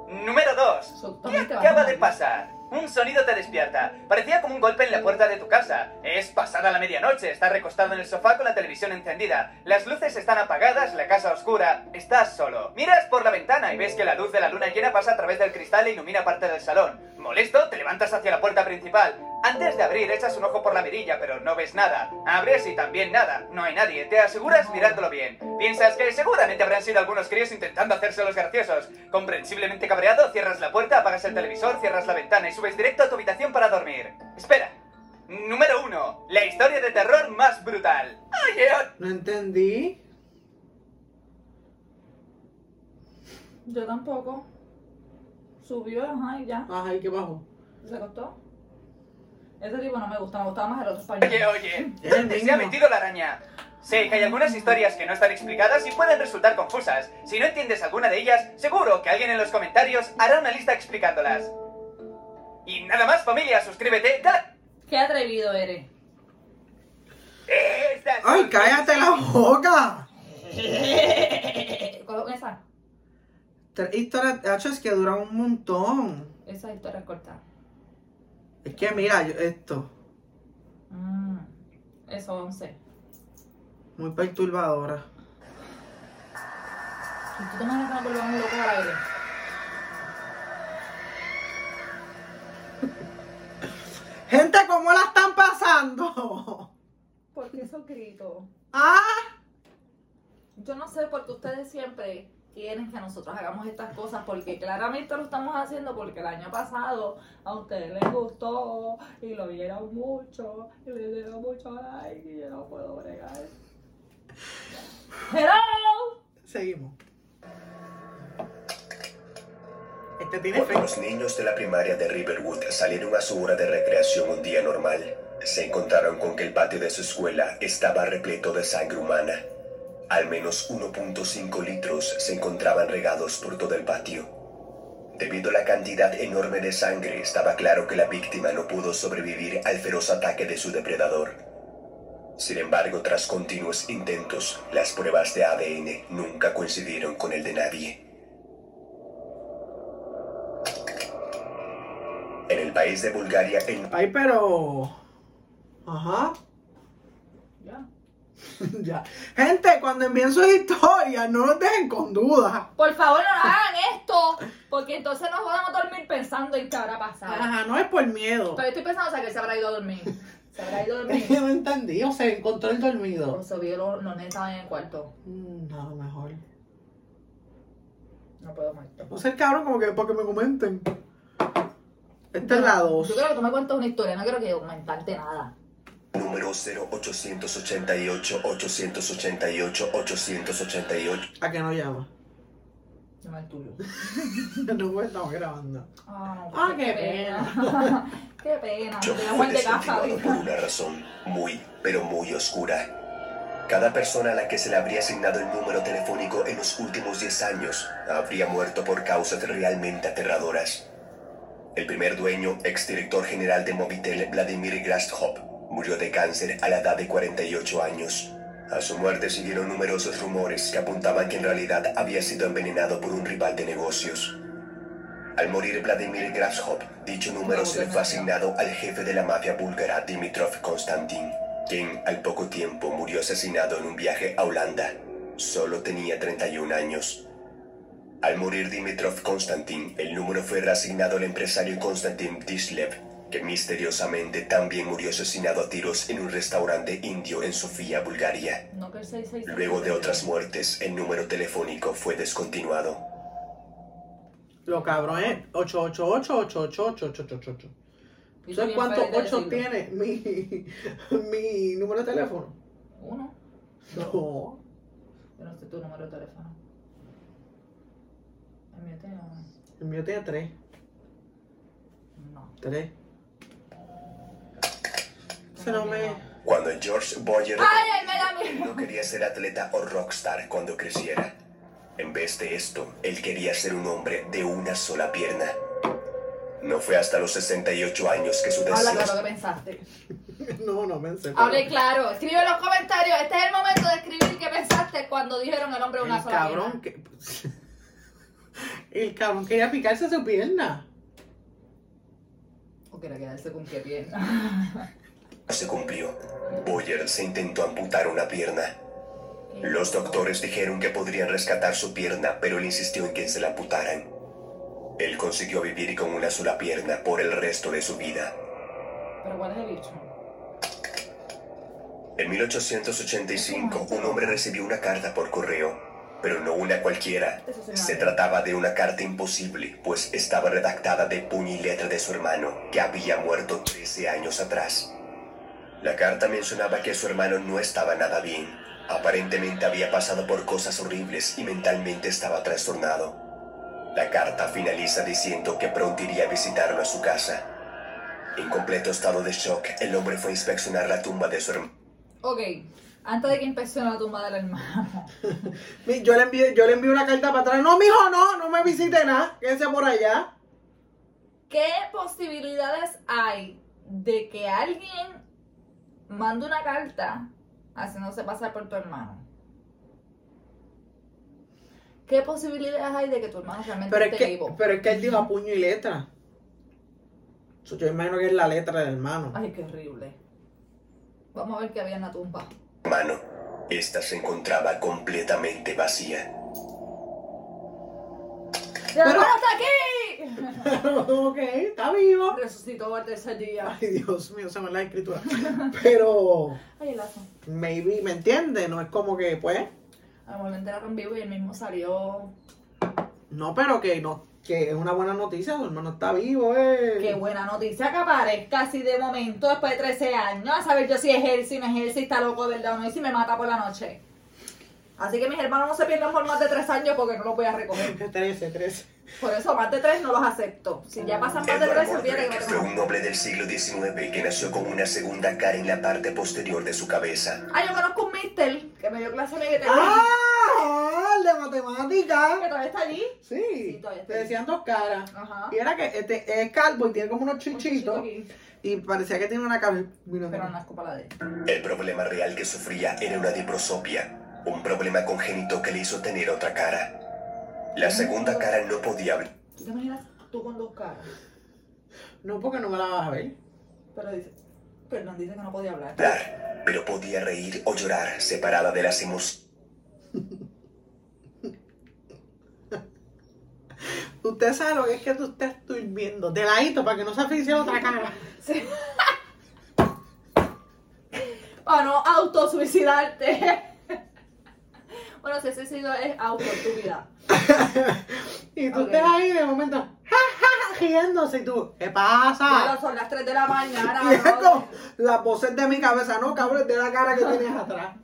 [SPEAKER 1] Número 2.
[SPEAKER 4] So,
[SPEAKER 1] ¿Qué
[SPEAKER 4] también te
[SPEAKER 1] acaba
[SPEAKER 4] bajaron.
[SPEAKER 1] de pasar? Un sonido te despierta. Parecía como un golpe en la puerta de tu casa. Es pasada la medianoche, estás recostado en el sofá con la televisión encendida. Las luces están apagadas, la casa oscura. Estás solo. Miras por la ventana y ves que la luz de la luna llena pasa a través del cristal e ilumina parte del salón. Molesto, te levantas hacia la puerta principal. Antes de abrir, echas un ojo por la mirilla, pero no ves nada. Abres y también nada. No hay nadie. Te aseguras mirándolo bien. Piensas que seguramente habrán sido algunos críos intentando hacerse los graciosos. Comprensiblemente cabreado, cierras la puerta, apagas el televisor, cierras la ventana y subes directo a tu habitación para dormir. Espera. Número 1. La historia de terror más brutal. Oye,
[SPEAKER 2] No entendí.
[SPEAKER 4] Yo tampoco. Subió, ajá, y ya.
[SPEAKER 2] Ajá, ¿y qué bajo?
[SPEAKER 4] Se acostó. Ese tipo no me gusta, me gustaba más el otro español.
[SPEAKER 1] Oye, [laughs] oye,
[SPEAKER 2] El
[SPEAKER 1] ¿dónde se ha
[SPEAKER 2] niño.
[SPEAKER 1] metido la araña? Sé que hay algunas historias que no están explicadas y pueden resultar confusas. Si no entiendes alguna de ellas, seguro que alguien en los comentarios hará una lista explicándolas. Y nada más, familia, suscríbete. da-
[SPEAKER 6] Qué atrevido eres.
[SPEAKER 1] Estas son-
[SPEAKER 2] ¡Ay, cállate la boca!
[SPEAKER 4] Eh, ¿Cuál- Esa,
[SPEAKER 2] Tres historias de hachas que duran un montón.
[SPEAKER 4] esa historia es corta.
[SPEAKER 2] Es que mira, yo- esto,
[SPEAKER 4] Mm, eso, 11.
[SPEAKER 2] muy perturbadora.
[SPEAKER 4] Si tú te imaginas que nos volvemos locos al aire.
[SPEAKER 2] Gente, ¿cómo la están pasando? [laughs]
[SPEAKER 6] ¿Por qué esos gritos?
[SPEAKER 2] ¡Ah!
[SPEAKER 6] Yo no sé por qué ustedes siempre quieren que nosotros hagamos estas cosas, porque claramente lo estamos haciendo porque el año pasado a ustedes les gustó y lo vieron mucho y les dieron mucho like y yo no puedo bregar. ¡Hello!
[SPEAKER 2] Seguimos. Este tiene
[SPEAKER 5] Cuando
[SPEAKER 2] efecto.
[SPEAKER 5] los niños de la primaria de Riverwood salieron a su hora de recreación un día normal, se encontraron con que el patio de su escuela estaba repleto de sangre humana. Al menos 1.5 litros se encontraban regados por todo el patio. Debido a la cantidad enorme de sangre, estaba claro que la víctima no pudo sobrevivir al feroz ataque de su depredador. Sin embargo, tras continuos intentos, las pruebas de ADN nunca coincidieron con el de nadie. En el país de Bulgaria, el
[SPEAKER 2] Ay, pero. Ajá.
[SPEAKER 4] Ya.
[SPEAKER 2] ya. Gente, cuando envíen sus historias, no nos dejen con dudas.
[SPEAKER 6] Por favor, no hagan esto, porque entonces nos vamos a dormir pensando en qué habrá pasado.
[SPEAKER 2] Ajá, no es por miedo.
[SPEAKER 6] Pero yo estoy pensando, o sea, que se habrá ido a dormir. Se habrá ido a
[SPEAKER 3] Es
[SPEAKER 6] dormir.
[SPEAKER 3] [laughs] que no entendí, o sea, encontró el dormido.
[SPEAKER 6] O se vio los nenes estaban en el cuarto.
[SPEAKER 2] Mm, No, mejor.
[SPEAKER 6] No puedo con esto.
[SPEAKER 2] No ser cabrón como que para que me comenten. Esta es la
[SPEAKER 6] Yo
[SPEAKER 2] 2.
[SPEAKER 6] creo que tú me cuentas una historia, no quiero que comentarte nada.
[SPEAKER 5] Número 0888 888 888.
[SPEAKER 2] ¿A que no llama? [laughs]
[SPEAKER 6] No el tuyo.
[SPEAKER 2] No, pues estamos grabando.
[SPEAKER 6] Ah,
[SPEAKER 2] Ah,
[SPEAKER 6] qué,
[SPEAKER 2] qué
[SPEAKER 6] pena. [laughs] qué pena.
[SPEAKER 5] Yo
[SPEAKER 6] Te voy
[SPEAKER 5] fue
[SPEAKER 6] a jugar Ah, de casa
[SPEAKER 5] descontinuado por
[SPEAKER 6] ahorita.
[SPEAKER 5] una razón muy, pero muy oscura. Cada persona a la que se le habría asignado el número telefónico en los últimos 10 años habría muerto por causas realmente aterradoras. El primer dueño, exdirector general de Movitel, Vladimir Grashop, murió de cáncer a la edad de 48 años. A su muerte siguieron numerosos rumores que apuntaban que en realidad había sido envenenado por un rival de negocios. Al morir Vladimir Grashop, dicho número se le fue asignado al jefe de la mafia búlgara Dimitrov Konstantin, quien al poco tiempo murió asesinado en un viaje a Holanda. Solo tenía 31 años. Al morir Dimitrov Konstantin, el número fue reasignado al empresario Konstantin Dislev, que misteriosamente también murió asesinado a tiros en un restaurante indio en Sofía, Bulgaria.
[SPEAKER 6] No que el 666.
[SPEAKER 5] Luego de otras muertes, el número telefónico fue descontinuado.
[SPEAKER 2] Lo cabrón es 888 888
[SPEAKER 6] Y tú
[SPEAKER 2] ¿Sabes
[SPEAKER 6] bien
[SPEAKER 2] cuántos
[SPEAKER 6] feliz de
[SPEAKER 2] 8
[SPEAKER 6] decirlo.
[SPEAKER 2] tiene mi, [laughs] mi número de teléfono?
[SPEAKER 6] Uno.
[SPEAKER 2] No.
[SPEAKER 6] Yo no sé tu número de teléfono. El mío tiene uno.
[SPEAKER 2] El mío tiene 3.
[SPEAKER 6] No.
[SPEAKER 2] 3. Se no me.
[SPEAKER 5] Cuando George Boyer
[SPEAKER 8] ¡Ay, él me da miedo!
[SPEAKER 5] no quería ser atleta o rockstar cuando creciera. En vez de esto, él quería ser un hombre de una sola pierna. No fue hasta los 68 años que su
[SPEAKER 6] Habla
[SPEAKER 5] deseo
[SPEAKER 6] claro, ¿qué pensaste?
[SPEAKER 2] No, no pensé. pero-
[SPEAKER 8] Hable claro, escribe en los comentarios. Este es el momento de escribir qué pensaste cuando dijeron el hombre de una
[SPEAKER 2] El
[SPEAKER 8] sola
[SPEAKER 2] cabrón
[SPEAKER 8] pierna.
[SPEAKER 2] que. El cabrón quería picarse su pierna.
[SPEAKER 6] O quiere quedarse con qué pierna.
[SPEAKER 5] se cumplió. Boyer se intentó amputar una pierna. Los doctores dijeron que podrían rescatar su pierna, pero él insistió en que se la amputaran. Él consiguió vivir con una sola pierna por el resto de su vida.
[SPEAKER 6] Pero ¿cuál es el bicho?
[SPEAKER 5] En 1885, un hombre recibió una carta por correo, pero no una cualquiera. Se trataba de una carta imposible, pues estaba redactada de puño y letra de su hermano, que había muerto 13 años atrás. La carta mencionaba que su hermano no estaba nada bien. Aparentemente había pasado por cosas horribles y mentalmente estaba trastornado. La carta finaliza diciendo que pronto iría a visitarlo a su casa. En completo estado de shock, el hombre fue a inspeccionar la tumba de su hermano.
[SPEAKER 6] Ok, antes de que inspeccione la tumba del hermano. [laughs]
[SPEAKER 2] Mi- Yo le envié, yo le envié una carta para atrás. No, mijo, no, no me visite nada. Quédese por allá.
[SPEAKER 6] ¿Qué posibilidades hay de que alguien mande una carta haciéndose pasar por tu hermano? ¿Qué posibilidades hay de que tu hermano realmente
[SPEAKER 2] Pero es
[SPEAKER 6] esté
[SPEAKER 2] que,
[SPEAKER 6] vivo?
[SPEAKER 2] pero es que él dijo a puño y letra. So, Yo imagino que es la letra del hermano.
[SPEAKER 6] Ay, qué horrible. Vamos a ver qué había en la tumba.
[SPEAKER 5] mano. Esta se encontraba completamente vacía.
[SPEAKER 6] ¡Mi hermano
[SPEAKER 2] [laughs]
[SPEAKER 6] está aquí!
[SPEAKER 2] [laughs] ok, está vivo.
[SPEAKER 6] Resucitó al tercer día.
[SPEAKER 2] Ay, Dios mío, se me la escritura. Pero,
[SPEAKER 6] Ay, el lazo.
[SPEAKER 2] maybe, ¿me entiende? No es como que, pues,
[SPEAKER 6] A lo mejor lo enteraron vivo y él mismo salió.
[SPEAKER 2] no, pero que no, que es una buena noticia, su hermano está vivo, eh.
[SPEAKER 6] Qué buena noticia que aparezca así de momento después de 13 años. A saber yo si es él, si no es él, si está loco de verdad o no y si me mata por la noche. Así que mis hermanos no se pierdan por más de 3 años porque no los voy a recoger.
[SPEAKER 2] 13,
[SPEAKER 6] [laughs]
[SPEAKER 2] 13.
[SPEAKER 6] Por eso más de 3 no los acepto. Si ya pasan más de 3,
[SPEAKER 5] Edward
[SPEAKER 6] olvídate
[SPEAKER 5] Goldberg
[SPEAKER 6] que no
[SPEAKER 5] fue
[SPEAKER 6] tengo
[SPEAKER 5] un
[SPEAKER 6] más.
[SPEAKER 5] noble del siglo XIX que nació con una segunda cara en la parte posterior de su cabeza.
[SPEAKER 6] Ah, yo conozco un mister que me dio clase a mí que, te-
[SPEAKER 2] ¡Ah! El de
[SPEAKER 6] que
[SPEAKER 2] matemática.
[SPEAKER 6] todavía está allí.
[SPEAKER 2] Sí,
[SPEAKER 6] Sí, todavía está
[SPEAKER 2] te decían dos caras.
[SPEAKER 6] Ajá.
[SPEAKER 2] Y era que este es calvo y tiene como unos
[SPEAKER 6] Un chichito
[SPEAKER 2] chichitos.
[SPEAKER 6] aquí.
[SPEAKER 2] Y parecía que tiene una cabeza. Mira,
[SPEAKER 6] Pero
[SPEAKER 2] mira.
[SPEAKER 6] no es copa la de él.
[SPEAKER 5] El problema real que sufría era una diprosopia, un problema congénito que le hizo tener otra cara. La segunda cara no podía hablar.
[SPEAKER 6] ¿Tú te imaginas tú con dos caras?
[SPEAKER 2] No, porque no me la vas a ver.
[SPEAKER 6] Pero dice, Perdón, dice que no podía hablar.
[SPEAKER 5] hablar, pero podía reír o llorar separada de las emociones
[SPEAKER 2] Usted sabe lo que es que tú estás durmiendo. De ladito, para que no se aficie la otra cara.
[SPEAKER 6] Para no autosuicidarte. [laughs] Bueno, si ese sido es autoactividad.
[SPEAKER 3] Y tú
[SPEAKER 6] Ok.
[SPEAKER 3] estás ahí de momento, ja, ja, ja, riéndose, y tú, ¿qué
[SPEAKER 6] Bueno,
[SPEAKER 3] pasa?
[SPEAKER 6] son las 3 de
[SPEAKER 3] [laughs]
[SPEAKER 6] la mañana.
[SPEAKER 3] Y es Ah. como
[SPEAKER 6] ¿no?
[SPEAKER 3] las voces de mi cabeza, no, cabrón, de la cara que tienes atrás.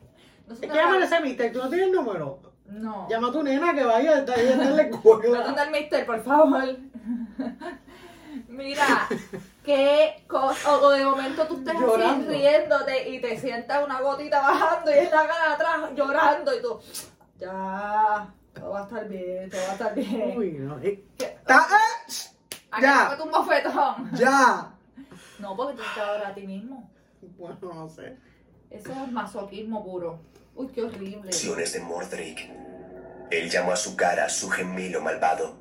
[SPEAKER 3] Es que llámale a
[SPEAKER 6] Nosotros-
[SPEAKER 3] ese mister, tú no tienes número.
[SPEAKER 6] No.
[SPEAKER 3] Llama a tu nena que vaya a estar ahí en la
[SPEAKER 6] Perdón
[SPEAKER 3] escuela.
[SPEAKER 6] del mister, por favor. [laughs]
[SPEAKER 3] [laughs]
[SPEAKER 6] Mira, qué cosa. O, o de momento tú estés así
[SPEAKER 3] Llorando.
[SPEAKER 6] riéndote y te sientas una gotita bajando y es la cara atrás llorando y tú. Ya, todo va a estar bien, todo va a estar bien.
[SPEAKER 3] Uy, no. eh, ta-
[SPEAKER 2] Ah,
[SPEAKER 3] eh, sh,
[SPEAKER 6] Aquí
[SPEAKER 3] ya.
[SPEAKER 6] te meto un bofetón.
[SPEAKER 3] Ya.
[SPEAKER 6] No, porque tú te adoras a ti mismo.
[SPEAKER 3] Bueno, no sé.
[SPEAKER 6] Eso es masoquismo puro. Uy, qué horrible.
[SPEAKER 5] acciones de Mordrick. Él llamó a su cara su gemelo malvado.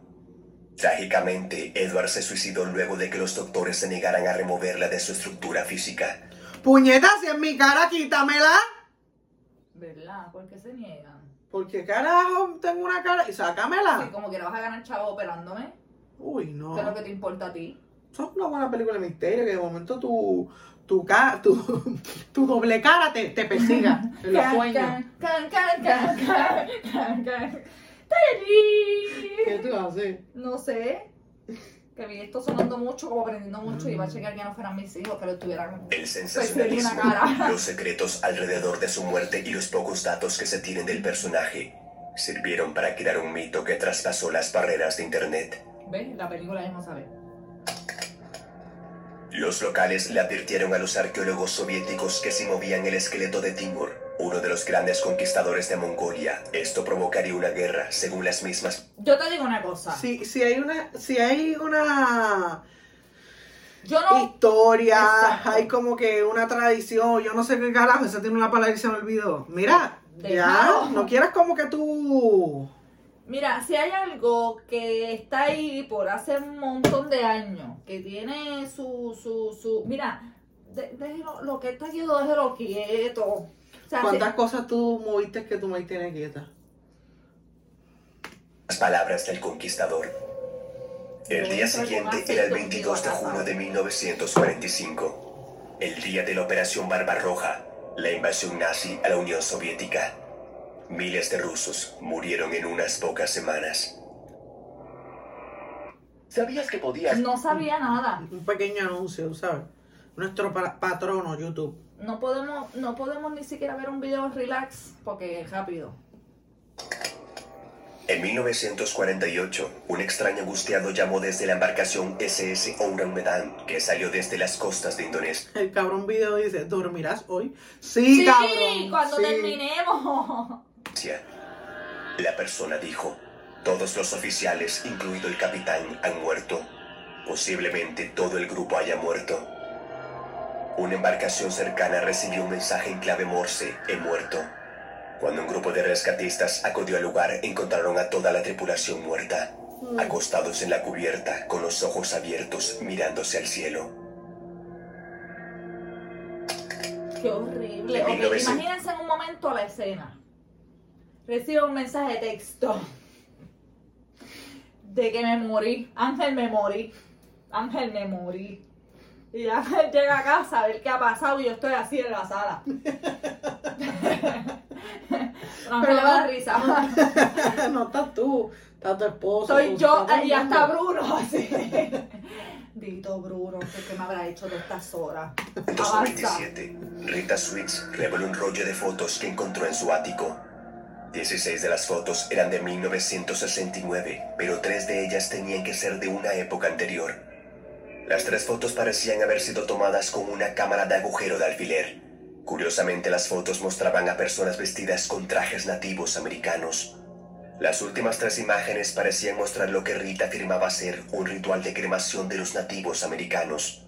[SPEAKER 5] Trágicamente, Edward se suicidó luego de que los doctores se negaran a removerla de su estructura física.
[SPEAKER 2] Puñeta, si es mi cara, quítamela.
[SPEAKER 6] ¿Verdad? ¿Por qué se niegan?
[SPEAKER 2] Porque carajo tengo una cara. Y
[SPEAKER 6] Si
[SPEAKER 2] sácamela.
[SPEAKER 6] como que no vas a ganar chavo operándome,
[SPEAKER 2] Uy, no.
[SPEAKER 6] ¿qué es lo que te importa a ti?
[SPEAKER 2] Eso es una buena película de misterio que de momento tu, tu, ca- tu, tu doble cara te, te persiga en los
[SPEAKER 6] Can,
[SPEAKER 2] sueños.
[SPEAKER 6] can,
[SPEAKER 2] [laughs]
[SPEAKER 6] can, can, can, can, can, can. Teddy.
[SPEAKER 3] ¿Qué tú haces?
[SPEAKER 6] No sé. Que vi esto sonando mucho, como aprendiendo mucho, y iba a chequear que no fueran mis hijos, que lo estuvieran.
[SPEAKER 5] El
[SPEAKER 6] Pues
[SPEAKER 5] sensacionalismo,
[SPEAKER 6] tiene una
[SPEAKER 5] [laughs]
[SPEAKER 6] cara.
[SPEAKER 5] los secretos alrededor de su muerte y los pocos datos que se tienen del personaje sirvieron para crear un mito que traspasó las barreras de Internet.
[SPEAKER 6] ¿Ves? La película ya no sabe.
[SPEAKER 5] Los locales le advirtieron a los arqueólogos soviéticos que si movían el esqueleto de Timur, uno de los grandes conquistadores de Mongolia, esto provocaría una guerra, según las mismas
[SPEAKER 6] Yo te digo una cosa.
[SPEAKER 2] Si, si hay una, si hay una
[SPEAKER 6] Yo no.
[SPEAKER 2] historia,
[SPEAKER 6] Exacto.
[SPEAKER 2] hay como que una tradición, yo no sé qué carajo, esa tiene una palabra que se me olvidó. Mira,
[SPEAKER 6] Dejado.
[SPEAKER 2] ya, no quieras como que tú.
[SPEAKER 6] Mira, si hay algo que está ahí por hace un montón de años, que tiene su. su, su mira, de- déjelo, lo que está yendo, déjelo quieto. O sea, si-
[SPEAKER 2] ¿Cuántas cosas tú moviste que tú me tienes quieta?
[SPEAKER 5] Las palabras del conquistador. El día siguiente era el 22 de junio de 1945, el día de la Operación Barbarroja, la invasión nazi a la Unión Soviética. Miles de rusos murieron en unas pocas semanas. ¿Sabías que podías
[SPEAKER 6] No sabía nada.
[SPEAKER 2] Un pequeño anuncio, ¿sabes? Nuestro pa- patrono YouTube.
[SPEAKER 6] No podemos, no podemos ni siquiera ver un video relax porque es rápido.
[SPEAKER 5] En 1948, un extraño angustiado llamó desde la embarcación SS Orang Medan, que salió desde las costas de Indonesia.
[SPEAKER 2] El cabrón video dice, ¿dormirás hoy? Sí,
[SPEAKER 6] sí,
[SPEAKER 2] cabrón.
[SPEAKER 6] cuando
[SPEAKER 2] sí. [laughs]
[SPEAKER 6] terminemos. [laughs]
[SPEAKER 5] La persona dijo, todos los oficiales, incluido el capitán, han muerto. Posiblemente todo el grupo haya muerto. Una embarcación cercana recibió un mensaje en clave Morse, he muerto. Cuando un grupo de rescatistas acudió al lugar, encontraron a toda la tripulación muerta, acostados en la cubierta, con los ojos abiertos, mirándose al cielo.
[SPEAKER 6] Qué horrible. Ok,
[SPEAKER 5] 1900.
[SPEAKER 6] imagínense en un momento la escena. Recibo un mensaje de texto de que me morí. Ángel me morí. Ángel me morí. Y Ángel llega a casa a ver qué ha pasado y yo estoy así en la sala. Ángel le va a dar risa.
[SPEAKER 3] no estás tú, está tu esposo.
[SPEAKER 6] Soy
[SPEAKER 3] tú,
[SPEAKER 6] yo
[SPEAKER 3] está todo el
[SPEAKER 6] y hasta
[SPEAKER 3] mundo.
[SPEAKER 6] Bruno, así. Dito Bruno, ¿qué qué me habrá hecho de estas horas? Avanza.
[SPEAKER 5] 1927, Rita Switz reveló un rollo de fotos que encontró en su ático. 16 de las fotos eran de 1969, pero tres de ellas tenían que ser de una época anterior. Las tres fotos parecían haber sido tomadas con una cámara de agujero de alfiler. Curiosamente, las fotos mostraban a personas vestidas con trajes nativos americanos. Las últimas tres imágenes parecían mostrar lo que Rita afirmaba ser un ritual de cremación de los nativos americanos.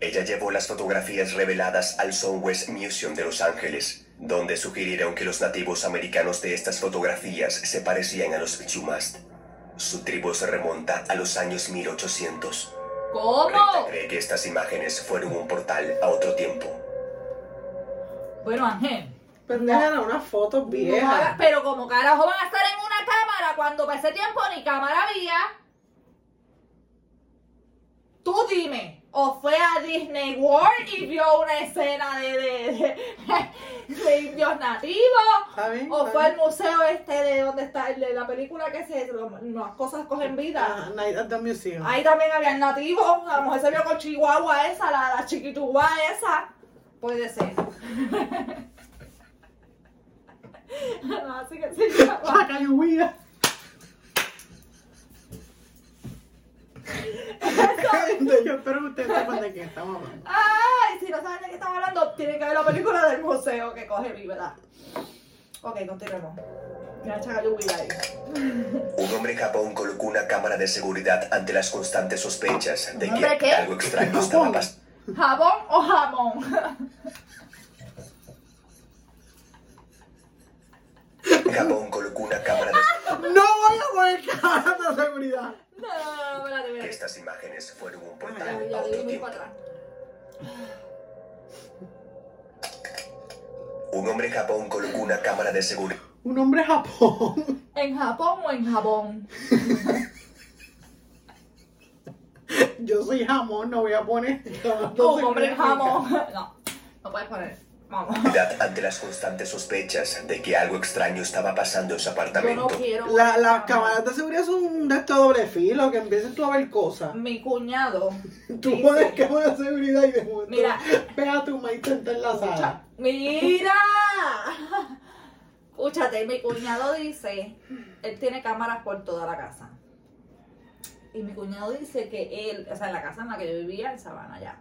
[SPEAKER 5] Ella llevó las fotografías reveladas al Southwest Museum de Los Ángeles, donde sugirieron que los nativos americanos de estas fotografías se parecían a los Chumas. Su tribu se remonta a los años 1800. Rita
[SPEAKER 6] ¿Cómo?
[SPEAKER 5] cree que estas imágenes fueron un portal a otro tiempo.
[SPEAKER 6] Bueno, Ángel.
[SPEAKER 2] Pendeja, era unas fotos
[SPEAKER 6] no hagas-
[SPEAKER 2] viejas.
[SPEAKER 6] pero como carajo van a estar en una cámara cuando para ese tiempo ni cámara había. Tú dime, o fue a Disney [laughs] World y vio una escena de, de, de- de indios nativos,
[SPEAKER 2] Está bien.
[SPEAKER 6] O
[SPEAKER 2] está
[SPEAKER 6] fue al
[SPEAKER 2] bien.
[SPEAKER 6] museo este de donde está el de la película que se lo- las cosas cogen vida.
[SPEAKER 2] Ah, Night at the Museum.
[SPEAKER 6] Ahí también había nativos. A lo mejor se vio con Chihuahua esa, la, la chiquitubá esa. Puede ser. [laughs] no, así que sí, Chihuahua.
[SPEAKER 2] Saca lluvia. Yo espero que ustedes sepan de qué estamos hablando.
[SPEAKER 6] Ay, si no saben de qué estamos hablando, tienen que ver la película del museo que coge vida. Ok, continuemos. Mira, chacayubila ahí.
[SPEAKER 5] Un hombre en Japón colocó una cámara de seguridad ante las constantes sospechas de que
[SPEAKER 6] ¿Hombre qué?
[SPEAKER 5] algo extraño estaba
[SPEAKER 2] Japón.
[SPEAKER 5] pasando.
[SPEAKER 6] ¿Jabón o jamón? [laughs]
[SPEAKER 5] En Japón colocó una cámara de
[SPEAKER 6] Ah.
[SPEAKER 2] No voy a poner cara.
[SPEAKER 3] Tanta seguridad.
[SPEAKER 6] No, no, no, no, espérate,
[SPEAKER 5] que
[SPEAKER 6] espérate.
[SPEAKER 5] estas imágenes fueron un
[SPEAKER 6] Ya,
[SPEAKER 5] portal a
[SPEAKER 6] ya le
[SPEAKER 5] otro
[SPEAKER 6] di muy
[SPEAKER 5] tiempo.
[SPEAKER 6] para atrás.
[SPEAKER 5] Un hombre en Japón colocó una cámara de seguridad
[SPEAKER 2] Un hombre Japón.
[SPEAKER 6] ¿En Japón o en jabón?
[SPEAKER 2] Yo soy jamón, no voy a poner. Oh,
[SPEAKER 6] No, hombre, en jamón. [laughs] No, no puedes poner. Vamos.
[SPEAKER 5] ante las constantes sospechas de que algo extraño estaba pasando en su
[SPEAKER 6] Yo no
[SPEAKER 5] apartamento.
[SPEAKER 6] quiero.
[SPEAKER 2] La- las cámaras de seguridad son un de estos doble filo que empieces tú a ver cosas.
[SPEAKER 6] Mi cuñado.
[SPEAKER 3] Tú
[SPEAKER 6] dice-
[SPEAKER 3] pones cámara de seguridad y de momento
[SPEAKER 6] Mira.
[SPEAKER 3] Ve a tu maíz sentada en la
[SPEAKER 2] Ah.
[SPEAKER 3] sala.
[SPEAKER 6] ¡Mira! Escúchate, mi cuñado dice, él tiene cámaras por toda la casa. Y mi cuñado dice que él, o sea, en la casa en la que yo vivía, en Sabana, ya.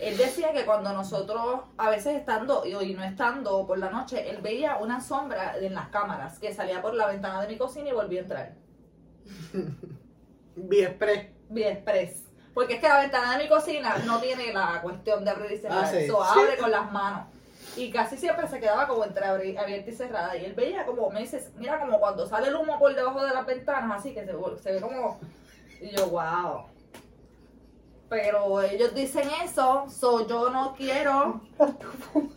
[SPEAKER 6] Él decía que cuando nosotros, a veces estando y hoy no estando por la noche, él veía una sombra en las cámaras que salía por la ventana de mi cocina y volvía a entrar.
[SPEAKER 2] Bien express.
[SPEAKER 6] Bien express. Porque es que la ventana de mi cocina no tiene la cuestión de abrir y cerrar.
[SPEAKER 3] Ah, sí.
[SPEAKER 6] Eso
[SPEAKER 3] Sí.
[SPEAKER 6] abre con las manos. Y casi siempre se quedaba como entre abri- abierta y cerrada. Y él veía como meses, mira como cuando sale el humo por debajo de las ventanas, así que se, vol- se ve como. Y yo, wow. Pero ellos dicen eso, so yo no quiero.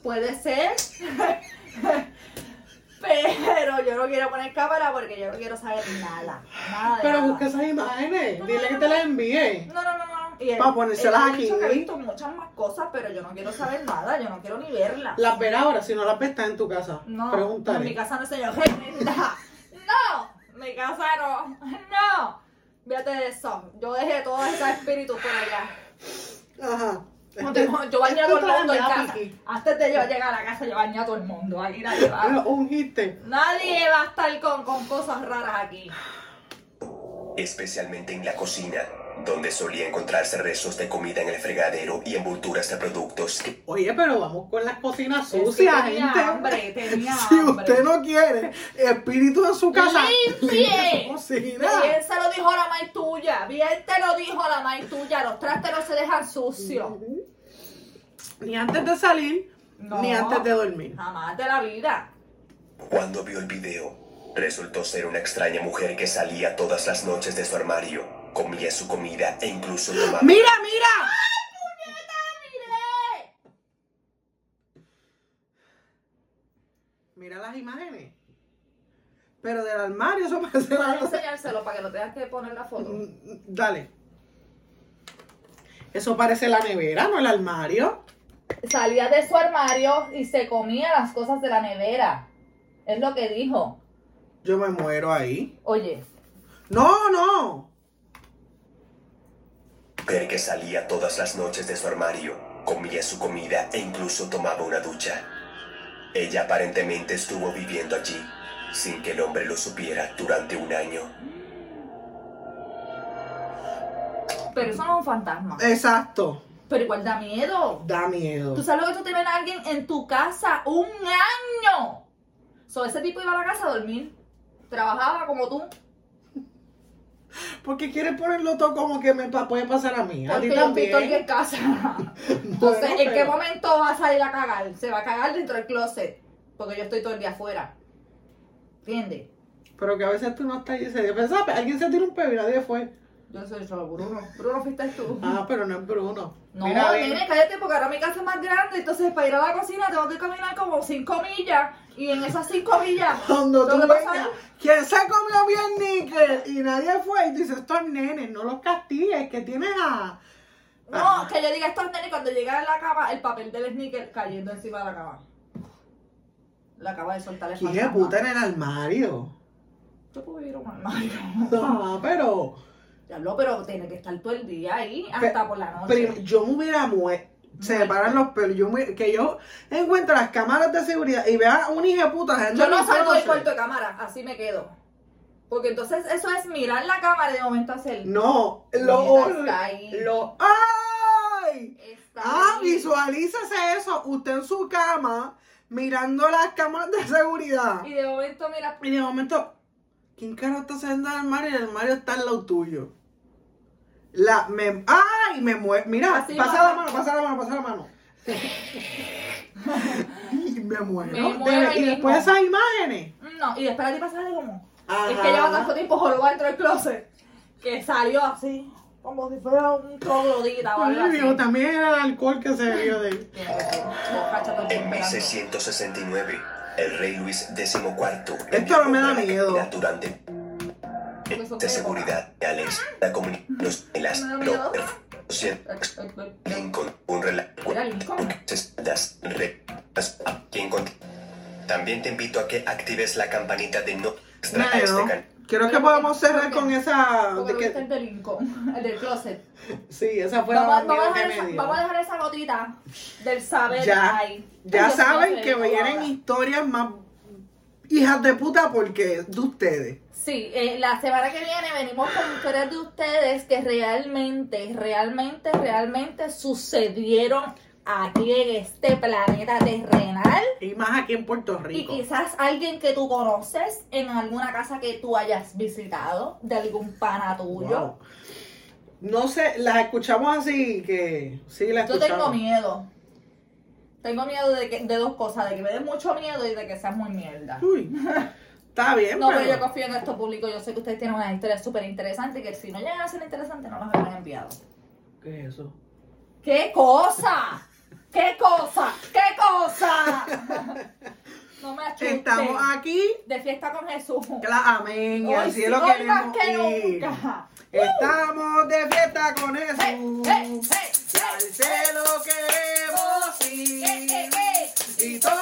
[SPEAKER 6] Puede ser. [laughs] Pero yo no quiero poner cámara porque yo no quiero saber nada. nada de
[SPEAKER 3] Pero
[SPEAKER 6] nada.
[SPEAKER 3] busca esas imágenes. Dile que te las envíe.
[SPEAKER 6] No, no, no, no. Y él-
[SPEAKER 2] Pa' ponérselas
[SPEAKER 6] él ha dicho
[SPEAKER 2] aquí.
[SPEAKER 6] que ha visto muchas más cosas, pero yo no quiero saber nada, yo no quiero ni verla.
[SPEAKER 2] Las verás ahora, si no las ves, está en tu casa.
[SPEAKER 6] No, en mi
[SPEAKER 2] Pregúntale.
[SPEAKER 6] casa no señor No, mi casa no, no. Fíjate de eso. Yo dejé todos esos espíritus por allá.
[SPEAKER 2] Ajá.
[SPEAKER 6] No tengo- Yo bañé a todo el mundo en
[SPEAKER 2] Tú te la
[SPEAKER 6] casa.
[SPEAKER 2] enviaste, Kiki.
[SPEAKER 6] Antes de yo llegar a la casa, yo bañé a todo el mundo. Aquí nadie va.
[SPEAKER 2] Pero ungiste.
[SPEAKER 6] Nadie va a estar con, con cosas raras aquí.
[SPEAKER 5] especialmente en la cocina, donde solía encontrarse restos de comida en el fregadero y envolturas de productos que
[SPEAKER 2] Oye, pero vamos con las cocinas
[SPEAKER 6] Es que
[SPEAKER 2] sucias,
[SPEAKER 6] tenía
[SPEAKER 2] gente. [laughs]
[SPEAKER 6] hambre, tenía
[SPEAKER 2] Si
[SPEAKER 6] hambre.
[SPEAKER 2] usted no quiere espíritu en su [laughs] casa,
[SPEAKER 6] ¡Limpie!
[SPEAKER 2] limpia su cocina.
[SPEAKER 6] Bien se lo dijo la maíz tuya, bien te lo dijo la maíz tuya, los trastes no se dejan sucios.
[SPEAKER 2] Ni antes de salir,
[SPEAKER 6] No.
[SPEAKER 2] ni antes de dormir.
[SPEAKER 6] Jamás de la vida.
[SPEAKER 5] Cuando vio el video, resultó ser una extraña mujer que salía todas las noches de su armario, comía su comida e incluso tomaba
[SPEAKER 2] ¡Mira, mira!
[SPEAKER 6] ¡Mire!
[SPEAKER 2] Mira las imágenes. Pero del armario, eso parece la
[SPEAKER 6] Puedes enseñárselo para que no tengas que poner la foto.
[SPEAKER 2] Dale. Eso parece la nevera, no el armario.
[SPEAKER 6] Salía de su armario y se comía las cosas de la nevera. Es lo que dijo.
[SPEAKER 2] Yo me muero ahí.
[SPEAKER 6] Oye,
[SPEAKER 2] No, no.
[SPEAKER 5] mujer que salía todas las noches de su armario, comía su comida e incluso tomaba una ducha. Ella aparentemente estuvo viviendo allí, sin que el hombre lo supiera durante un año.
[SPEAKER 6] pero eso no es un fantasma.
[SPEAKER 2] Eh. Exacto.
[SPEAKER 6] Pero igual da miedo.
[SPEAKER 2] Da miedo.
[SPEAKER 6] Tú sabes lo que tú tienes a alguien en tu casa un año. So, ese tipo iba a la casa a dormir. Trabajaba como tú.
[SPEAKER 2] Porque quieres ponerlo todo como que me pa- puede pasar a mí. A ti
[SPEAKER 6] Porque yo
[SPEAKER 2] también.
[SPEAKER 6] estoy en [laughs] casa. Entonces,
[SPEAKER 2] Bueno,
[SPEAKER 6] ¿en qué
[SPEAKER 2] pero-
[SPEAKER 6] momento va a salir a cagar? Se va a cagar dentro del closet. Porque yo estoy todo el día afuera. ¿Entiendes?
[SPEAKER 2] Pero que a veces tú no estás ahí ese día. Pero, ¿sabes? alguien se tira un pelo y nadie fue.
[SPEAKER 6] Yo soy solo Bruno. Bruno, fuiste tú.
[SPEAKER 2] Ah, pero no es Bruno.
[SPEAKER 6] no,
[SPEAKER 2] Mira, ve.
[SPEAKER 6] nene, cállate porque ahora mi casa es más grande. Entonces, para ir a la cocina tengo que caminar como 5 millas. Y en esas 5 millas.
[SPEAKER 2] Cuando tú
[SPEAKER 6] tengo que pasar-
[SPEAKER 2] vengas, quien se comió bien níquel y nadie fue, y tú dices, estos nenes, no los castigues, que tienes a...
[SPEAKER 6] No, que yo diga esto, nene, cuando llega a la cama, el papel del sneaker cayendo encima de la cama. Le acaba de soltar el
[SPEAKER 2] ¿Qué hija de puta en el armario?
[SPEAKER 6] Yo puedo ir a un armario.
[SPEAKER 2] No, pero.
[SPEAKER 6] Diablo, pero tiene que estar todo el día ahí hasta por la noche.
[SPEAKER 2] Pero yo me hubiera muerto. Se me paran los pelos. Yo me- que yo encuentro las cámaras de seguridad y vea a un hijo de puta.
[SPEAKER 6] Yo no salgo del
[SPEAKER 2] del
[SPEAKER 6] cuarto de cámara, así me quedo. Porque entonces eso es mirar la cámara y de momento hacer.
[SPEAKER 2] No, lo.
[SPEAKER 6] Bonita está ahí.
[SPEAKER 2] Lo. ¡Ay!
[SPEAKER 6] Está
[SPEAKER 2] Ah,
[SPEAKER 6] ahí.
[SPEAKER 2] visualícese eso. Usted en su cama, mirando las cámaras de seguridad.
[SPEAKER 6] Y de momento mira.
[SPEAKER 2] Y de momento, ¿quién caro está saliendo del armario? Y el armario está al lado tuyo. La, me, ¡Ay! Me mueve. Mira,
[SPEAKER 6] Así
[SPEAKER 2] pasa
[SPEAKER 6] va.
[SPEAKER 2] la mano, pasa la mano, pasa la
[SPEAKER 6] [laughs]
[SPEAKER 2] mano. y me muero.
[SPEAKER 6] Me
[SPEAKER 2] De-
[SPEAKER 6] muero ahí
[SPEAKER 2] y después de
[SPEAKER 6] mismo.
[SPEAKER 2] esas imágenes.
[SPEAKER 6] No, y después a ti pasa algo como. Es
[SPEAKER 2] Ajá.
[SPEAKER 6] que lleva tanto tiempo jorobado dentro del closet que salió así, como si fuera un troglodita o algo
[SPEAKER 2] Ay,
[SPEAKER 6] así.
[SPEAKER 2] viejo, también era el alcohol que se bebió de él.
[SPEAKER 6] Tiene que ser, bocacha todo el
[SPEAKER 5] En
[SPEAKER 6] tiempo esperando.
[SPEAKER 5] 1669, el rey Luis XIV
[SPEAKER 2] Esto no me da
[SPEAKER 5] envió
[SPEAKER 2] miedo.
[SPEAKER 5] una durante
[SPEAKER 6] Porque son
[SPEAKER 5] de
[SPEAKER 6] de
[SPEAKER 5] seguridad reales la comunidad los de las
[SPEAKER 6] Me da miedo.
[SPEAKER 5] con un relato
[SPEAKER 6] Era Lincoln.
[SPEAKER 5] las rectas a quien con- También te invito a que actives la campanita de no extra a este
[SPEAKER 2] Bueno,
[SPEAKER 5] canal.
[SPEAKER 2] creo que podemos cerrar con esa.
[SPEAKER 6] Porque
[SPEAKER 2] de
[SPEAKER 6] lo
[SPEAKER 2] que-
[SPEAKER 6] viste el del Lincoln, el del closet.
[SPEAKER 2] sí, esa fue la más
[SPEAKER 6] Vamos, vamos, a
[SPEAKER 2] miedo que
[SPEAKER 6] dejar
[SPEAKER 2] me
[SPEAKER 6] esa,
[SPEAKER 2] dio.
[SPEAKER 6] vamos a dejar esa gotita del saber
[SPEAKER 2] Ya, ya
[SPEAKER 6] ahí. Ay, Dios mío,
[SPEAKER 2] saben
[SPEAKER 6] se
[SPEAKER 2] que
[SPEAKER 6] me
[SPEAKER 2] vienen
[SPEAKER 6] ahora.
[SPEAKER 2] historias más hijas de puta porque de ustedes.
[SPEAKER 6] Sí, eh, la semana que viene venimos con historias de ustedes que realmente, realmente, realmente sucedieron aquí en este planeta terrenal.
[SPEAKER 2] Y más aquí en Puerto
[SPEAKER 6] Y
[SPEAKER 2] Rico.
[SPEAKER 6] quizás alguien que tú conoces en alguna casa que tú hayas visitado, de algún pana tuyo.
[SPEAKER 2] Wow. No sé, las escuchamos así que sí las
[SPEAKER 6] Yo
[SPEAKER 2] escuchamos.
[SPEAKER 6] tengo miedo. Tengo miedo de, que, de dos cosas, de que me des mucho miedo y de que seas muy mierda.
[SPEAKER 2] Uy, está bien,
[SPEAKER 6] No, pero
[SPEAKER 2] pero-
[SPEAKER 6] yo confío en esto público. Yo sé que ustedes tienen una historia súper interesante y que si no llegan a ser interesante no las habrán enviado.
[SPEAKER 2] ¿Qué es eso?
[SPEAKER 6] ¡Qué cosa! ¡Qué cosa! ¡Qué
[SPEAKER 2] [laughs]
[SPEAKER 6] cosa! No me asustes.
[SPEAKER 2] Estamos aquí,
[SPEAKER 6] De fiesta con Jesús.
[SPEAKER 2] la amén, y
[SPEAKER 6] Hoy
[SPEAKER 2] así
[SPEAKER 6] sí,
[SPEAKER 2] es lo
[SPEAKER 6] hoy
[SPEAKER 2] queremos
[SPEAKER 6] más que
[SPEAKER 2] ir.
[SPEAKER 6] nunca.
[SPEAKER 2] [laughs] Estamos de fiesta con
[SPEAKER 6] ¡Hey,
[SPEAKER 2] Jesús.
[SPEAKER 6] hey, hey,
[SPEAKER 2] Al
[SPEAKER 6] hey!
[SPEAKER 2] cielo queremos
[SPEAKER 6] ¡Eh, eh,
[SPEAKER 2] ir.
[SPEAKER 6] eh!
[SPEAKER 2] Y todos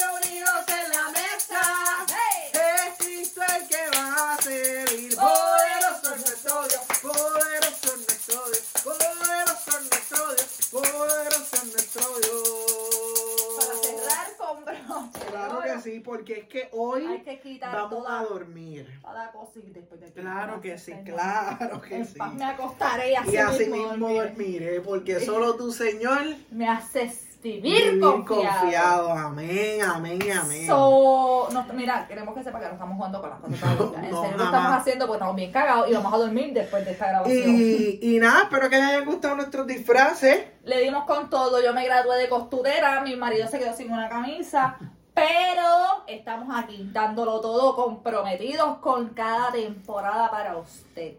[SPEAKER 2] reunidos en la mesa.
[SPEAKER 6] ¡Hey!
[SPEAKER 2] Es Cristo el que va a servir.
[SPEAKER 6] Oh.
[SPEAKER 2] Poderoso es nuestro Dios, poderoso es nuestro Dios, poderoso es nuestro Dios, poderoso es nuestro
[SPEAKER 6] Para
[SPEAKER 2] Dios.
[SPEAKER 6] cerrar con broche.
[SPEAKER 2] Claro que sí, porque es que
[SPEAKER 6] Hay
[SPEAKER 2] hoy
[SPEAKER 6] que quitar
[SPEAKER 2] vamos a
[SPEAKER 6] toda,
[SPEAKER 2] dormir.
[SPEAKER 6] toda cosita después de aquí.
[SPEAKER 2] Claro que sí,
[SPEAKER 6] Señor.
[SPEAKER 2] claro que
[SPEAKER 6] En
[SPEAKER 2] sí.
[SPEAKER 6] paz Me acostaré y así,
[SPEAKER 2] Y así
[SPEAKER 6] mismo
[SPEAKER 2] mismo
[SPEAKER 6] dormiré.
[SPEAKER 2] dormiré,
[SPEAKER 6] [laughs]
[SPEAKER 2] porque solo tu Señor
[SPEAKER 6] Me haces vivir,
[SPEAKER 2] vivir
[SPEAKER 6] confiado.
[SPEAKER 2] confiado. Amén, amén, amén.
[SPEAKER 6] So, no, mira, queremos que sepa que no estamos jugando con las
[SPEAKER 2] [laughs]
[SPEAKER 6] cosas todavía. En
[SPEAKER 2] No,
[SPEAKER 6] serio, lo
[SPEAKER 2] jamás.
[SPEAKER 6] estamos haciendo pues estamos bien cagados y vamos a dormir después de esta grabación.
[SPEAKER 2] Y, y nada, espero que les hayan gustado nuestros disfraces.
[SPEAKER 6] Le dimos con todo. Yo me gradué de costurera, mi marido se quedó sin una camisa. Pero estamos aquí dándolo todo, comprometidos con cada temporada para usted.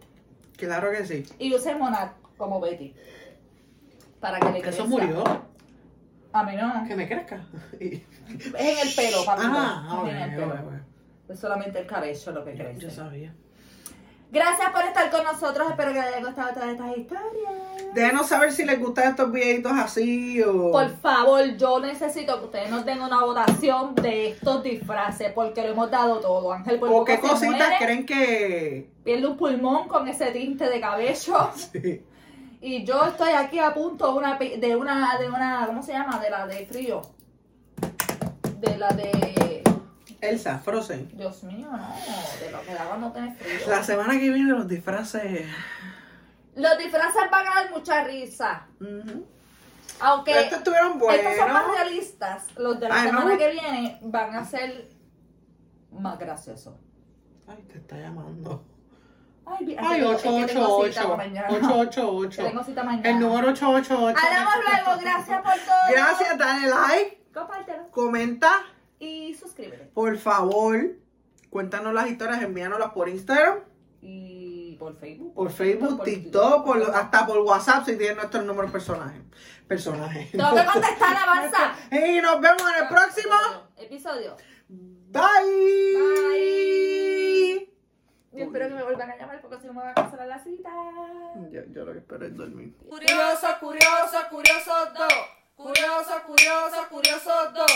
[SPEAKER 2] Claro que sí.
[SPEAKER 6] Y use Monat como Betty. Para que le
[SPEAKER 2] Eso
[SPEAKER 6] crezca.
[SPEAKER 2] murió.
[SPEAKER 6] A mí no.
[SPEAKER 2] Que me crezca. [laughs] Y-
[SPEAKER 6] Es en el pelo, papito.
[SPEAKER 2] Ah,
[SPEAKER 6] es en el
[SPEAKER 2] ok,
[SPEAKER 6] pelo.
[SPEAKER 2] ok, ok.
[SPEAKER 6] Es solamente el cabello lo que
[SPEAKER 2] Yo-
[SPEAKER 6] crece.
[SPEAKER 2] Yo sabía.
[SPEAKER 6] Gracias por estar con nosotros. Espero que les haya gustado todas estas historias.
[SPEAKER 2] Déjenos saber si les gustan estos videitos así o.
[SPEAKER 6] Por favor, yo necesito que ustedes nos den una votación de estos disfraces porque lo hemos dado todo. Ángel, por
[SPEAKER 2] o
[SPEAKER 6] poco
[SPEAKER 2] qué
[SPEAKER 6] se
[SPEAKER 2] cositas
[SPEAKER 6] muere,
[SPEAKER 2] creen que.
[SPEAKER 6] Pierde un pulmón con ese tinte de cabello.
[SPEAKER 2] [laughs] Sí.
[SPEAKER 6] Y yo estoy aquí a punto de una, pi- de una, de una, ¿cómo se llama? De la de frío. De la de...
[SPEAKER 2] Elsa, Frozen.
[SPEAKER 6] Dios mío, no. De lo que da cuando tienes frío.
[SPEAKER 2] La semana que viene los disfraces.
[SPEAKER 6] Los disfraces van a dar mucha risa.
[SPEAKER 2] Ujú.
[SPEAKER 6] Aunque...
[SPEAKER 2] Pero estos estuvieron
[SPEAKER 6] Estos son más
[SPEAKER 2] buenos.
[SPEAKER 6] realistas. Los de la
[SPEAKER 2] Ay, me
[SPEAKER 6] semana
[SPEAKER 2] gusta.
[SPEAKER 6] que viene van a ser más graciosos.
[SPEAKER 2] Ay, te está llamando.
[SPEAKER 6] Ay, vi-
[SPEAKER 2] Ay,
[SPEAKER 6] es que tengo cita
[SPEAKER 2] 888.
[SPEAKER 6] mañana. [laughs] Que
[SPEAKER 2] 888.
[SPEAKER 6] Tengo cita mañana.
[SPEAKER 2] El número 888.
[SPEAKER 6] Hablamos luego. Gracias por todo.
[SPEAKER 2] Gracias, dale like,
[SPEAKER 6] Compártelo.
[SPEAKER 2] comenta.
[SPEAKER 6] Y suscríbete.
[SPEAKER 2] Por favor, cuéntanos las historias, envíanoslas por Instagram,
[SPEAKER 6] Y por Facebook.
[SPEAKER 2] por Facebook,
[SPEAKER 6] Por
[SPEAKER 2] TikTok, por lo- hasta por WhatsApp si tienen nuestros números personajes. Personajes.
[SPEAKER 6] Tengo que contestar, avanza.
[SPEAKER 2] Y nos vemos en el próximo.
[SPEAKER 6] Episodio.
[SPEAKER 2] Bye.
[SPEAKER 6] Yo espero que me vuelvan a llamar porque si no me van a cancelar la cita.
[SPEAKER 2] Yo, yo lo que espero es dormir.
[SPEAKER 4] Curioso, curioso, curioso, dos. Curioso, curioso, curioso, dos.